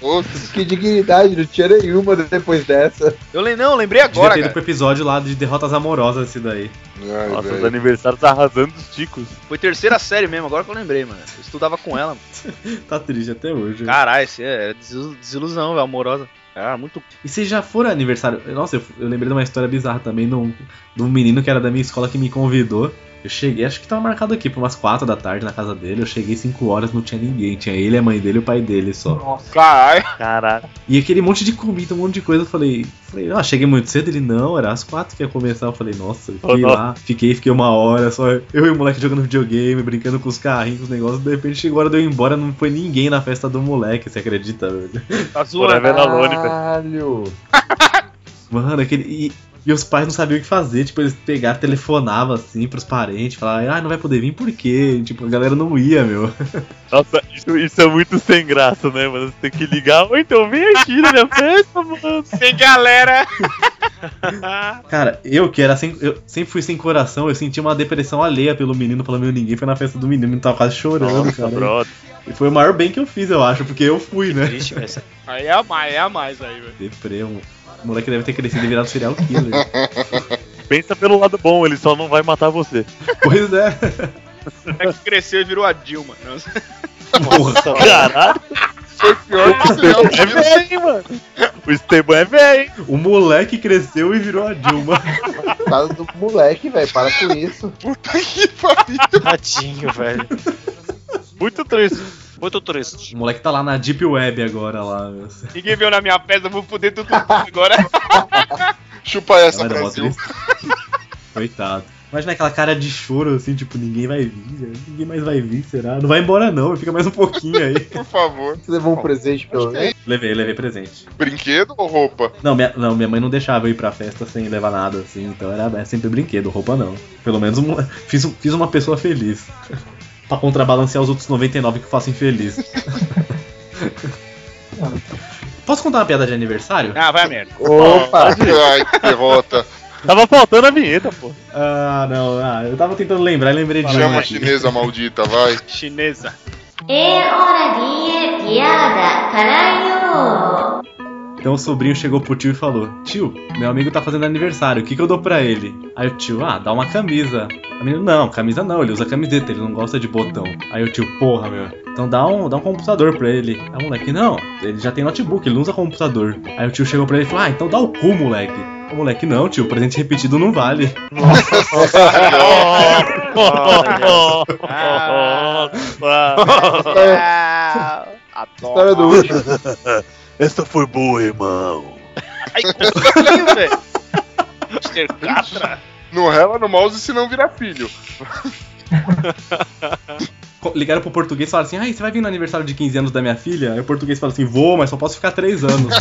Osso. Que dignidade, não tinha nenhuma depois dessa. Eu falei, não, lembrei Devia agora, ter ido cara. pro episódio lá de derrotas amorosas esse daí. Ai, Nossa, os velho. aniversários tá arrasando os ticos. Foi terceira série mesmo, agora que eu lembrei, mano. Eu estudava com ela, mano. Tá triste até hoje. Caralho, isso é desilu- desilusão, velho, amorosa. Ah, muito. E se já for aniversário. Nossa, eu, eu lembrei de uma história bizarra também de um, de um menino que era da minha escola que me convidou. Eu cheguei, acho que tava marcado aqui, por umas 4 da tarde na casa dele. Eu cheguei 5 horas, não tinha ninguém. Tinha ele, a mãe dele e o pai dele só. Nossa. Caralho. Caralho. E aquele monte de comida, um monte de coisa. Eu falei, falei ah, cheguei muito cedo. Ele, não, era às 4 que ia começar. Eu falei, nossa, eu Oh, fiquei não. lá. Fiquei, fiquei uma hora só. Eu e o moleque jogando videogame, brincando com os carrinhos, com os negócios. De repente chegou a hora de eu ir embora. Não foi ninguém na festa do moleque, você acredita, velho? [laughs] Tá Forever zoando. alone, velho. Caralho. Mano, aquele. E, e os pais não sabiam o que fazer, tipo, eles pegaram, telefonavam assim pros parentes, falavam, ah, não vai poder vir por quê? E, tipo, a galera não ia, meu. Nossa, isso, isso é muito sem graça, né, mano? Você tem que ligar. Ou então vem aqui na minha festa, mano. Tem galera. Cara, eu que era sem. Eu sempre fui sem coração, eu senti uma depressão alheia pelo menino, pelo meu ninguém foi na festa do menino, eu tava quase chorando, Nossa, cara. brother. E foi o maior bem que eu fiz, eu acho, porque eu fui, né? Triste, velho. Aí é a mais, é a mais aí, velho. Deprê, um- O moleque deve ter crescido e virado serial killer. [laughs] Pensa pelo lado bom, ele só não vai matar você. pois é. É Até que cresceu e virou a Dilma. Não, Porra. Caralho, Foi pior que o serial é killer. velho, hein, mano. O Esteban é velho, hein? O moleque cresceu e virou a Dilma. Coitado do moleque, velho. Para com isso. Puta que pariu. Tadinho, velho. Muito triste. Muito triste. O moleque tá lá na Deep Web agora lá. meu. Ninguém veio na minha festa, eu vou foder tudo agora. Chupa essa, Galera, mó Brasil. triste. Coitado. Imagina aquela cara de choro assim, tipo, ninguém vai vir, velho. ninguém mais vai vir, será? Não vai embora não, fica mais um pouquinho aí. Por favor. Você levou um presente pelo menos? levei, levei presente. Brinquedo ou roupa? Não minha, não, minha mãe não deixava eu ir pra festa sem levar nada, assim, então era era sempre brinquedo, roupa não. Pelo menos um- fiz, um- fiz uma [laughs] pessoa feliz. pra contrabalancear os outros 99 que eu faço infeliz. Posso contar uma piada de aniversário? Ah, vai a merda. Opa! Ai, que derrota. Tava faltando a vinheta, pô. Ah, não, ah, eu tava tentando lembrar e lembrei de uma Chama a aqui. chinesa maldita, vai. Chinesa. É hora de piada, caralho! Então o sobrinho chegou pro tio e falou: Tio, meu amigo tá fazendo aniversário, o que, que eu dou pra ele? Aí o tio, ah, dá uma camisa. A menina, não, camisa não, ele usa camiseta, ele não gosta de botão. Aí o tio, porra, meu. Então dá um, dá um computador pra ele. Aí o moleque, não, ele já tem notebook, ele não usa computador. Aí o tio chegou pra ele e falou: Ah, então dá o cu, moleque. O moleque, não, tio, presente repetido não vale. Ah. História do último. [laughs] Essa foi boa, irmão. Ai, coquinho, velho. Mr. Catra. Não rela no mouse se não virar filho. Co- Ligaram pro português e falaram assim: Ai, você vai vir no aniversário de 15 anos da minha filha? Aí o português falou assim: Vou, mas só posso ficar 3 anos.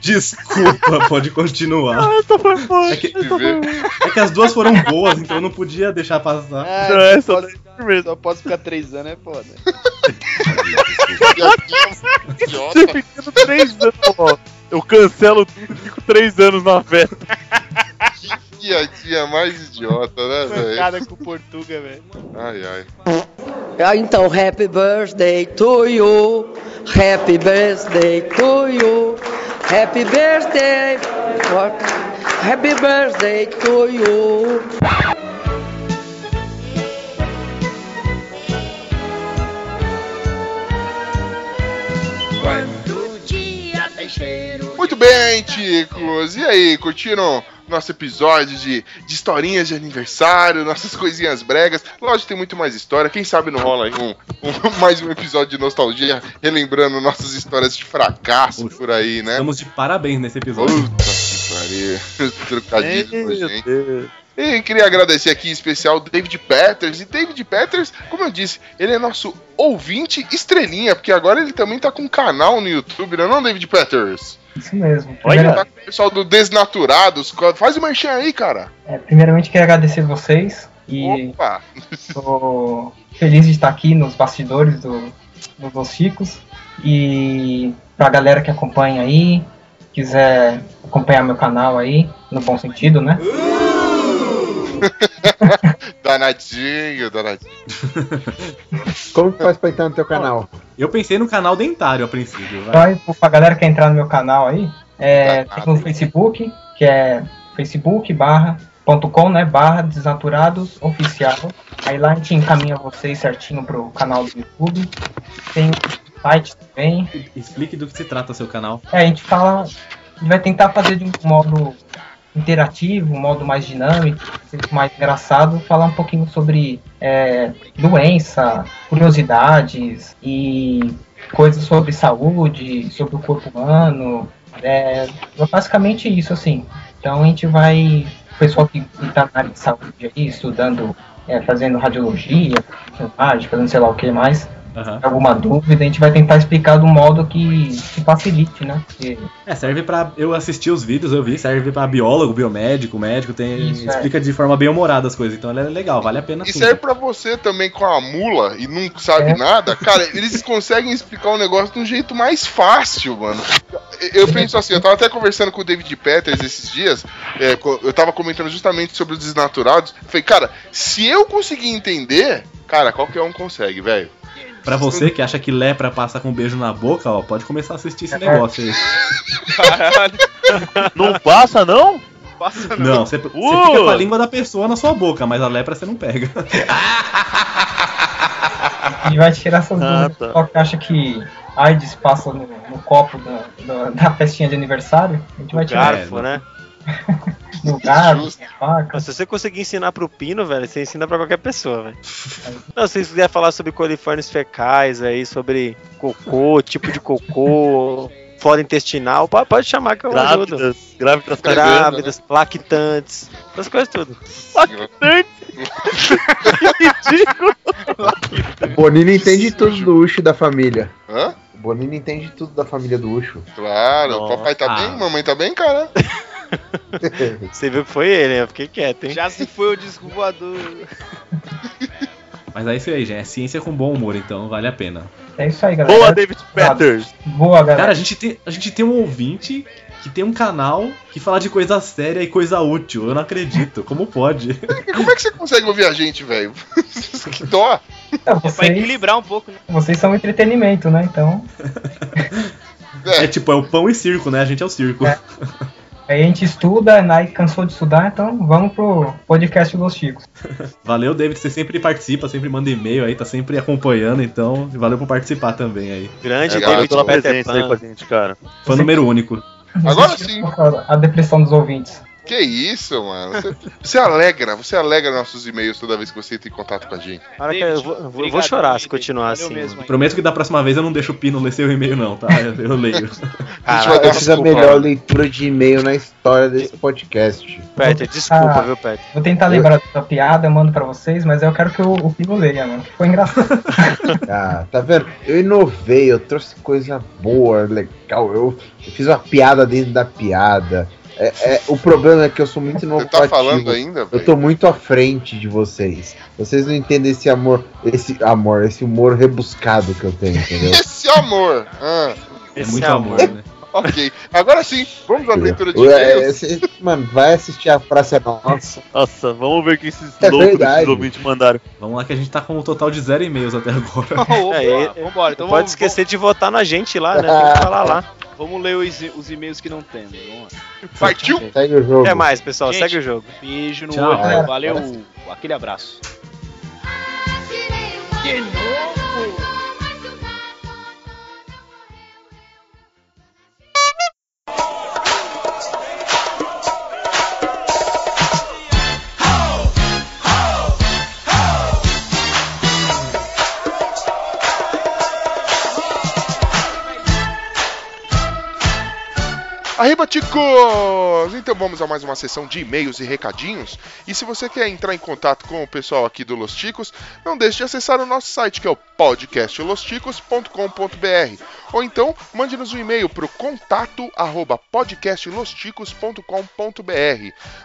Desculpa, pode continuar. Essa foi boa. É que- Viver. É que as duas foram boas, então eu não podia deixar passar. Não, É, essa posso- daí mesmo. só posso ficar três anos, é foda. Você é Idiota. ficando três anos, ó. Eu cancelo tudo, fico três anos na festa. Que piadinha é mais idiota, né, velho? Pancada com o Portuga, velho. Ai, ai. Ah, então, happy birthday to you, happy birthday to you, happy birthday, happy birthday to you. Muito bem, Ticos. E aí, curtiram nosso episódio de, de historinhas de aniversário, nossas coisinhas bregas? Lógico, tem muito mais história. Quem sabe não rola aí um, um- [laughs] mais um episódio de nostalgia, relembrando nossas histórias de fracasso por aí, né? Estamos de parabéns nesse episódio. Puta que pariu. [laughs] Trocadilho com a gente. Deus. E queria agradecer aqui em especial o David Peters. E David Peters, como eu disse, ele é nosso ouvinte estrelinha, porque agora ele também tá com um canal no YouTube, não é não, David Peters? Isso mesmo. Ele Primeira- tá com o pessoal do Desnaturados. Faz o merchan aí, cara. é, primeiramente, queria agradecer vocês e Opa! Tô feliz de estar aqui nos bastidores do, dos Los Chicos. E pra galera que acompanha aí, quiser acompanhar meu canal aí, no bom sentido, né? Danadinho, danadinho. [laughs] Como que faz pra entrar no teu canal? Eu pensei no canal dentário a princípio, vai. Então, pra galera que entrar no meu canal aí, é, Tá, tá, tem no beleza. Facebook, que é facebook barra ponto com, né, barra desnaturados oficial. Aí lá a gente encaminha vocês certinho pro canal do YouTube. Tem o site também, Explique do que se trata seu canal. É, a gente fala. A gente vai tentar fazer de um modo interativo, um modo mais dinâmico, mais engraçado, falar um pouquinho sobre é, doença, curiosidades e coisas sobre saúde, sobre o corpo humano. É basicamente isso, assim. Então a gente vai. O pessoal que está na área de saúde aí, estudando, é, fazendo radiologia, filmagem, fazendo sei lá o que mais Aham. alguma dúvida, a gente vai tentar explicar de um modo que, que facilite, né? Porque É, serve pra. Eu assisti os vídeos, eu vi, serve pra biólogo, biomédico, médico, tem. Isso, é. explica de forma bem humorada as coisas, então ele é legal, vale a pena E sim. serve pra você também com a mula e não sabe É. nada, cara, [laughs] eles conseguem explicar o negócio de um jeito mais fácil, mano. Eu penso assim, eu tava até conversando com o David Peters esses dias, é, co- eu tava comentando justamente sobre os desnaturados. Falei, cara, se eu conseguir entender, cara, qualquer um consegue, velho. Pra você que acha que lepra passa com um beijo na boca, ó, pode começar a assistir É. esse negócio aí. Caralho, Não passa, não? passa não. Não, você você fica com a língua da pessoa na sua boca, mas a lepra você não pega. [laughs] a gente vai tirar essas Ah, dúvidas. tá. Só que acha que AIDS passa no, no copo da, da, da festinha de aniversário, a gente vai tirar. Garfo, né? no gato, sem a faca. Se você conseguir ensinar pro Pino, velho, você ensina pra qualquer pessoa, velho. Não, se vocês quiserem falar sobre coliformes fecais aí, sobre cocô, tipo de cocô, [laughs] flora intestinal, po- pode chamar que eu ajudo. Grávidas, grávidas cagando. Grávidas, lactantes, essas coisas tudo. O Bonino entende tudo do Ucho e da família. Hã? O Bonino entende tudo da família [laughs] do Ucho. Claro, Nossa. papai tá Ah. bem, mamãe tá bem, cara. Você viu que foi ele, né? Eu fiquei quieto, hein? Já se foi o disco voador. Mas é isso aí, gente. É ciência com bom humor, então vale a pena. É isso aí, galera. Boa, David Peters. Boa, Cara, a galera. gente, tem, a gente tem um ouvinte que tem um canal que fala de coisa séria e coisa útil. Eu não acredito. Como pode? Como é que você consegue ouvir a gente, velho? [laughs] que dó. Então, É pra vocês, equilibrar um pouco, né? vocês são entretenimento, né? Então, É tipo, é o pão e circo, né? A gente é o circo. É. aí a gente estuda, né? aí cansou de estudar, então vamos pro podcast dos Chicos. Valeu, David. Você sempre participa, sempre manda e-mail aí, tá sempre acompanhando, então valeu por participar também aí. Grande É, David valeu pela Peter presença aí com a Pan. gente, cara. Fã número único. Agora sim. A depressão dos ouvintes. Que isso, mano. Você, você alegra, você alegra nossos e-mails toda vez que você entra em contato com a gente. Olha que eu vou, eu vou- eu vou Obrigado, chorar David. se continuar Valeu assim. mesmo, hein? Prometo que da próxima vez eu não deixo o Pino ler seu e-mail, não, tá? Eu, eu leio. A gente Caralho, vai dar Eu fiz é a desculpa, melhor mano. leitura de e-mail na história desse podcast. Peter, desculpa, Ah. viu, Peter? Vou tentar lembrar da piada, mando pra vocês, mas eu quero que o, o Pino leia, mano. Que foi engraçado. Ah, tá vendo? Eu inovei, eu trouxe coisa boa, legal. Eu, eu fiz uma piada dentro da piada. É, é, o problema é que eu sou muito Você inovativo. tá falando ainda, Eu velho? tô muito à frente de vocês. Vocês não entendem esse amor, esse amor, esse humor rebuscado que eu tenho, entendeu? [laughs] Esse amor. Ah, É Esse muito é amor, né? ok. Agora sim, vamos à leitura de Eu- é, e-mails. cê- mano, vai assistir a Praça é Nossa. Nossa, vamos ver o que esses É loucos verdade. desses ouvintes mandaram. Vamos lá que a gente tá com um total de zero e-mails até agora. Opa, [laughs] É, vambora, então Pode vamos, esquecer de votar na gente lá, né? Tem que falar lá. Vamos, vamos ler os, e- os e-mails que não temos. Vamos lá. Partiu? Segue o jogo. Até mais, pessoal. Gente. Segue o jogo. Beijo no Tchau, olho. galera. Valeu. Aquele abraço. Arriba, ticos! Então vamos a mais uma sessão de e-mails e recadinhos. E se você quer entrar em contato com o pessoal aqui do Los Ticos, não deixe de acessar o nosso site que é o podcastlosticos.com.br ou então mande-nos um e-mail para o contato arroba podcastlosticos.com.br.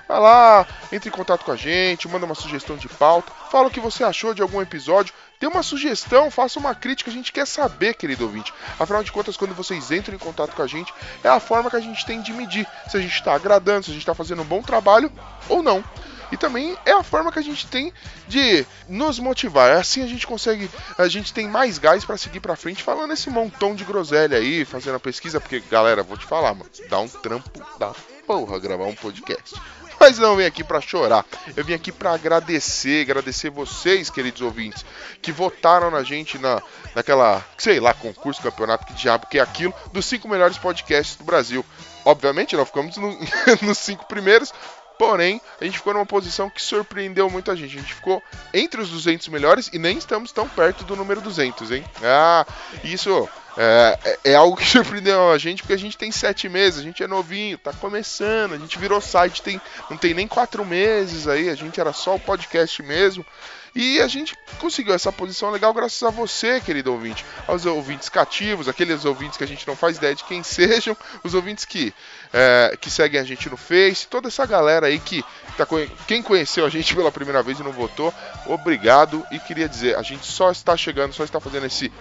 Vai lá, entre em contato com a gente, manda uma sugestão de pauta, fala o que você achou de algum episódio, dê uma sugestão, faça uma crítica, a gente quer saber, querido ouvinte. Afinal de contas, quando vocês entram em contato com a gente, é a forma que a gente tem de medir se a gente está agradando, se a gente está fazendo um bom trabalho ou não. E também é a forma que a gente tem de nos motivar. Assim a gente consegue, a gente tem mais gás pra seguir pra frente falando esse montão de groselha aí, fazendo a pesquisa, porque galera, vou te falar, mano, dá um trampo da porra gravar um podcast. Mas não vim aqui pra chorar. Eu vim aqui pra agradecer, agradecer vocês, queridos ouvintes, que votaram na gente na, naquela, sei lá, concurso, campeonato, que diabo que é aquilo, dos cinco melhores podcasts do Brasil. Obviamente, não ficamos no- [laughs] nos cinco primeiros, porém, a gente ficou numa posição que surpreendeu muita gente. A gente ficou entre os 200 melhores e nem estamos tão perto do número 200, hein? Ah, isso é, é- é algo que [laughs] surpreendeu a gente, porque a gente tem sete meses, a gente é novinho, tá começando, a gente virou site, tem, não tem nem quatro meses aí, a gente era só o podcast mesmo. E a gente conseguiu essa posição legal graças a você, querido ouvinte, aos ouvintes cativos, aqueles ouvintes que a gente não faz ideia de quem [laughs] sejam, os ouvintes que, é, que seguem a gente no Face, toda essa galera aí que tá conhe- quem conheceu a gente [laughs] pela primeira vez e não votou, obrigado. E queria dizer, a gente só está chegando, só está fazendo esse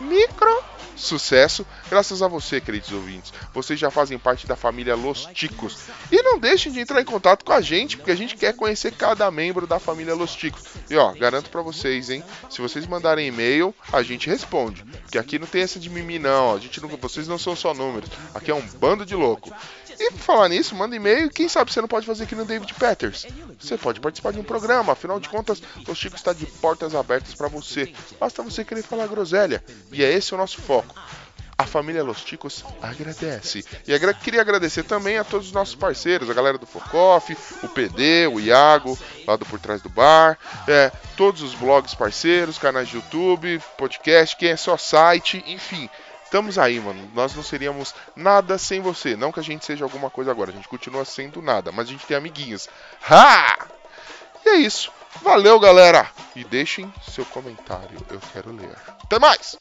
micro sucesso graças a você, queridos ouvintes. Vocês já fazem parte da família Los Ticos. E não deixem de entrar em contato com a gente, porque a gente quer conhecer cada membro da família Los Ticos. E ó, garanto pra vocês, hein? Se vocês mandarem e-mail, a gente responde. Porque aqui não tem essa de mimimi, não. A gente não, vocês não são só números. Aqui é um bando de louco. E por falar nisso, manda e-mail. Quem sabe você não pode fazer aqui no David Peters? Você pode participar de um programa. Afinal de contas, o Chico está de portas abertas pra você. Basta você querer falar groselha. E é esse o nosso foco. A família Los Chicos agradece. E agra- queria agradecer também a todos os nossos parceiros, a galera do Focoff, o PD, o Iago, lá do Por Trás do Bar, é, todos os blogs parceiros, canais de YouTube, podcast, quem é só site, enfim. Estamos aí, mano. Nós não seríamos nada sem você. Não que a gente seja alguma coisa agora, a gente continua sendo nada, mas a gente tem amiguinhos. Ha! E é isso. Valeu, galera! E deixem seu comentário, eu quero ler. Até mais!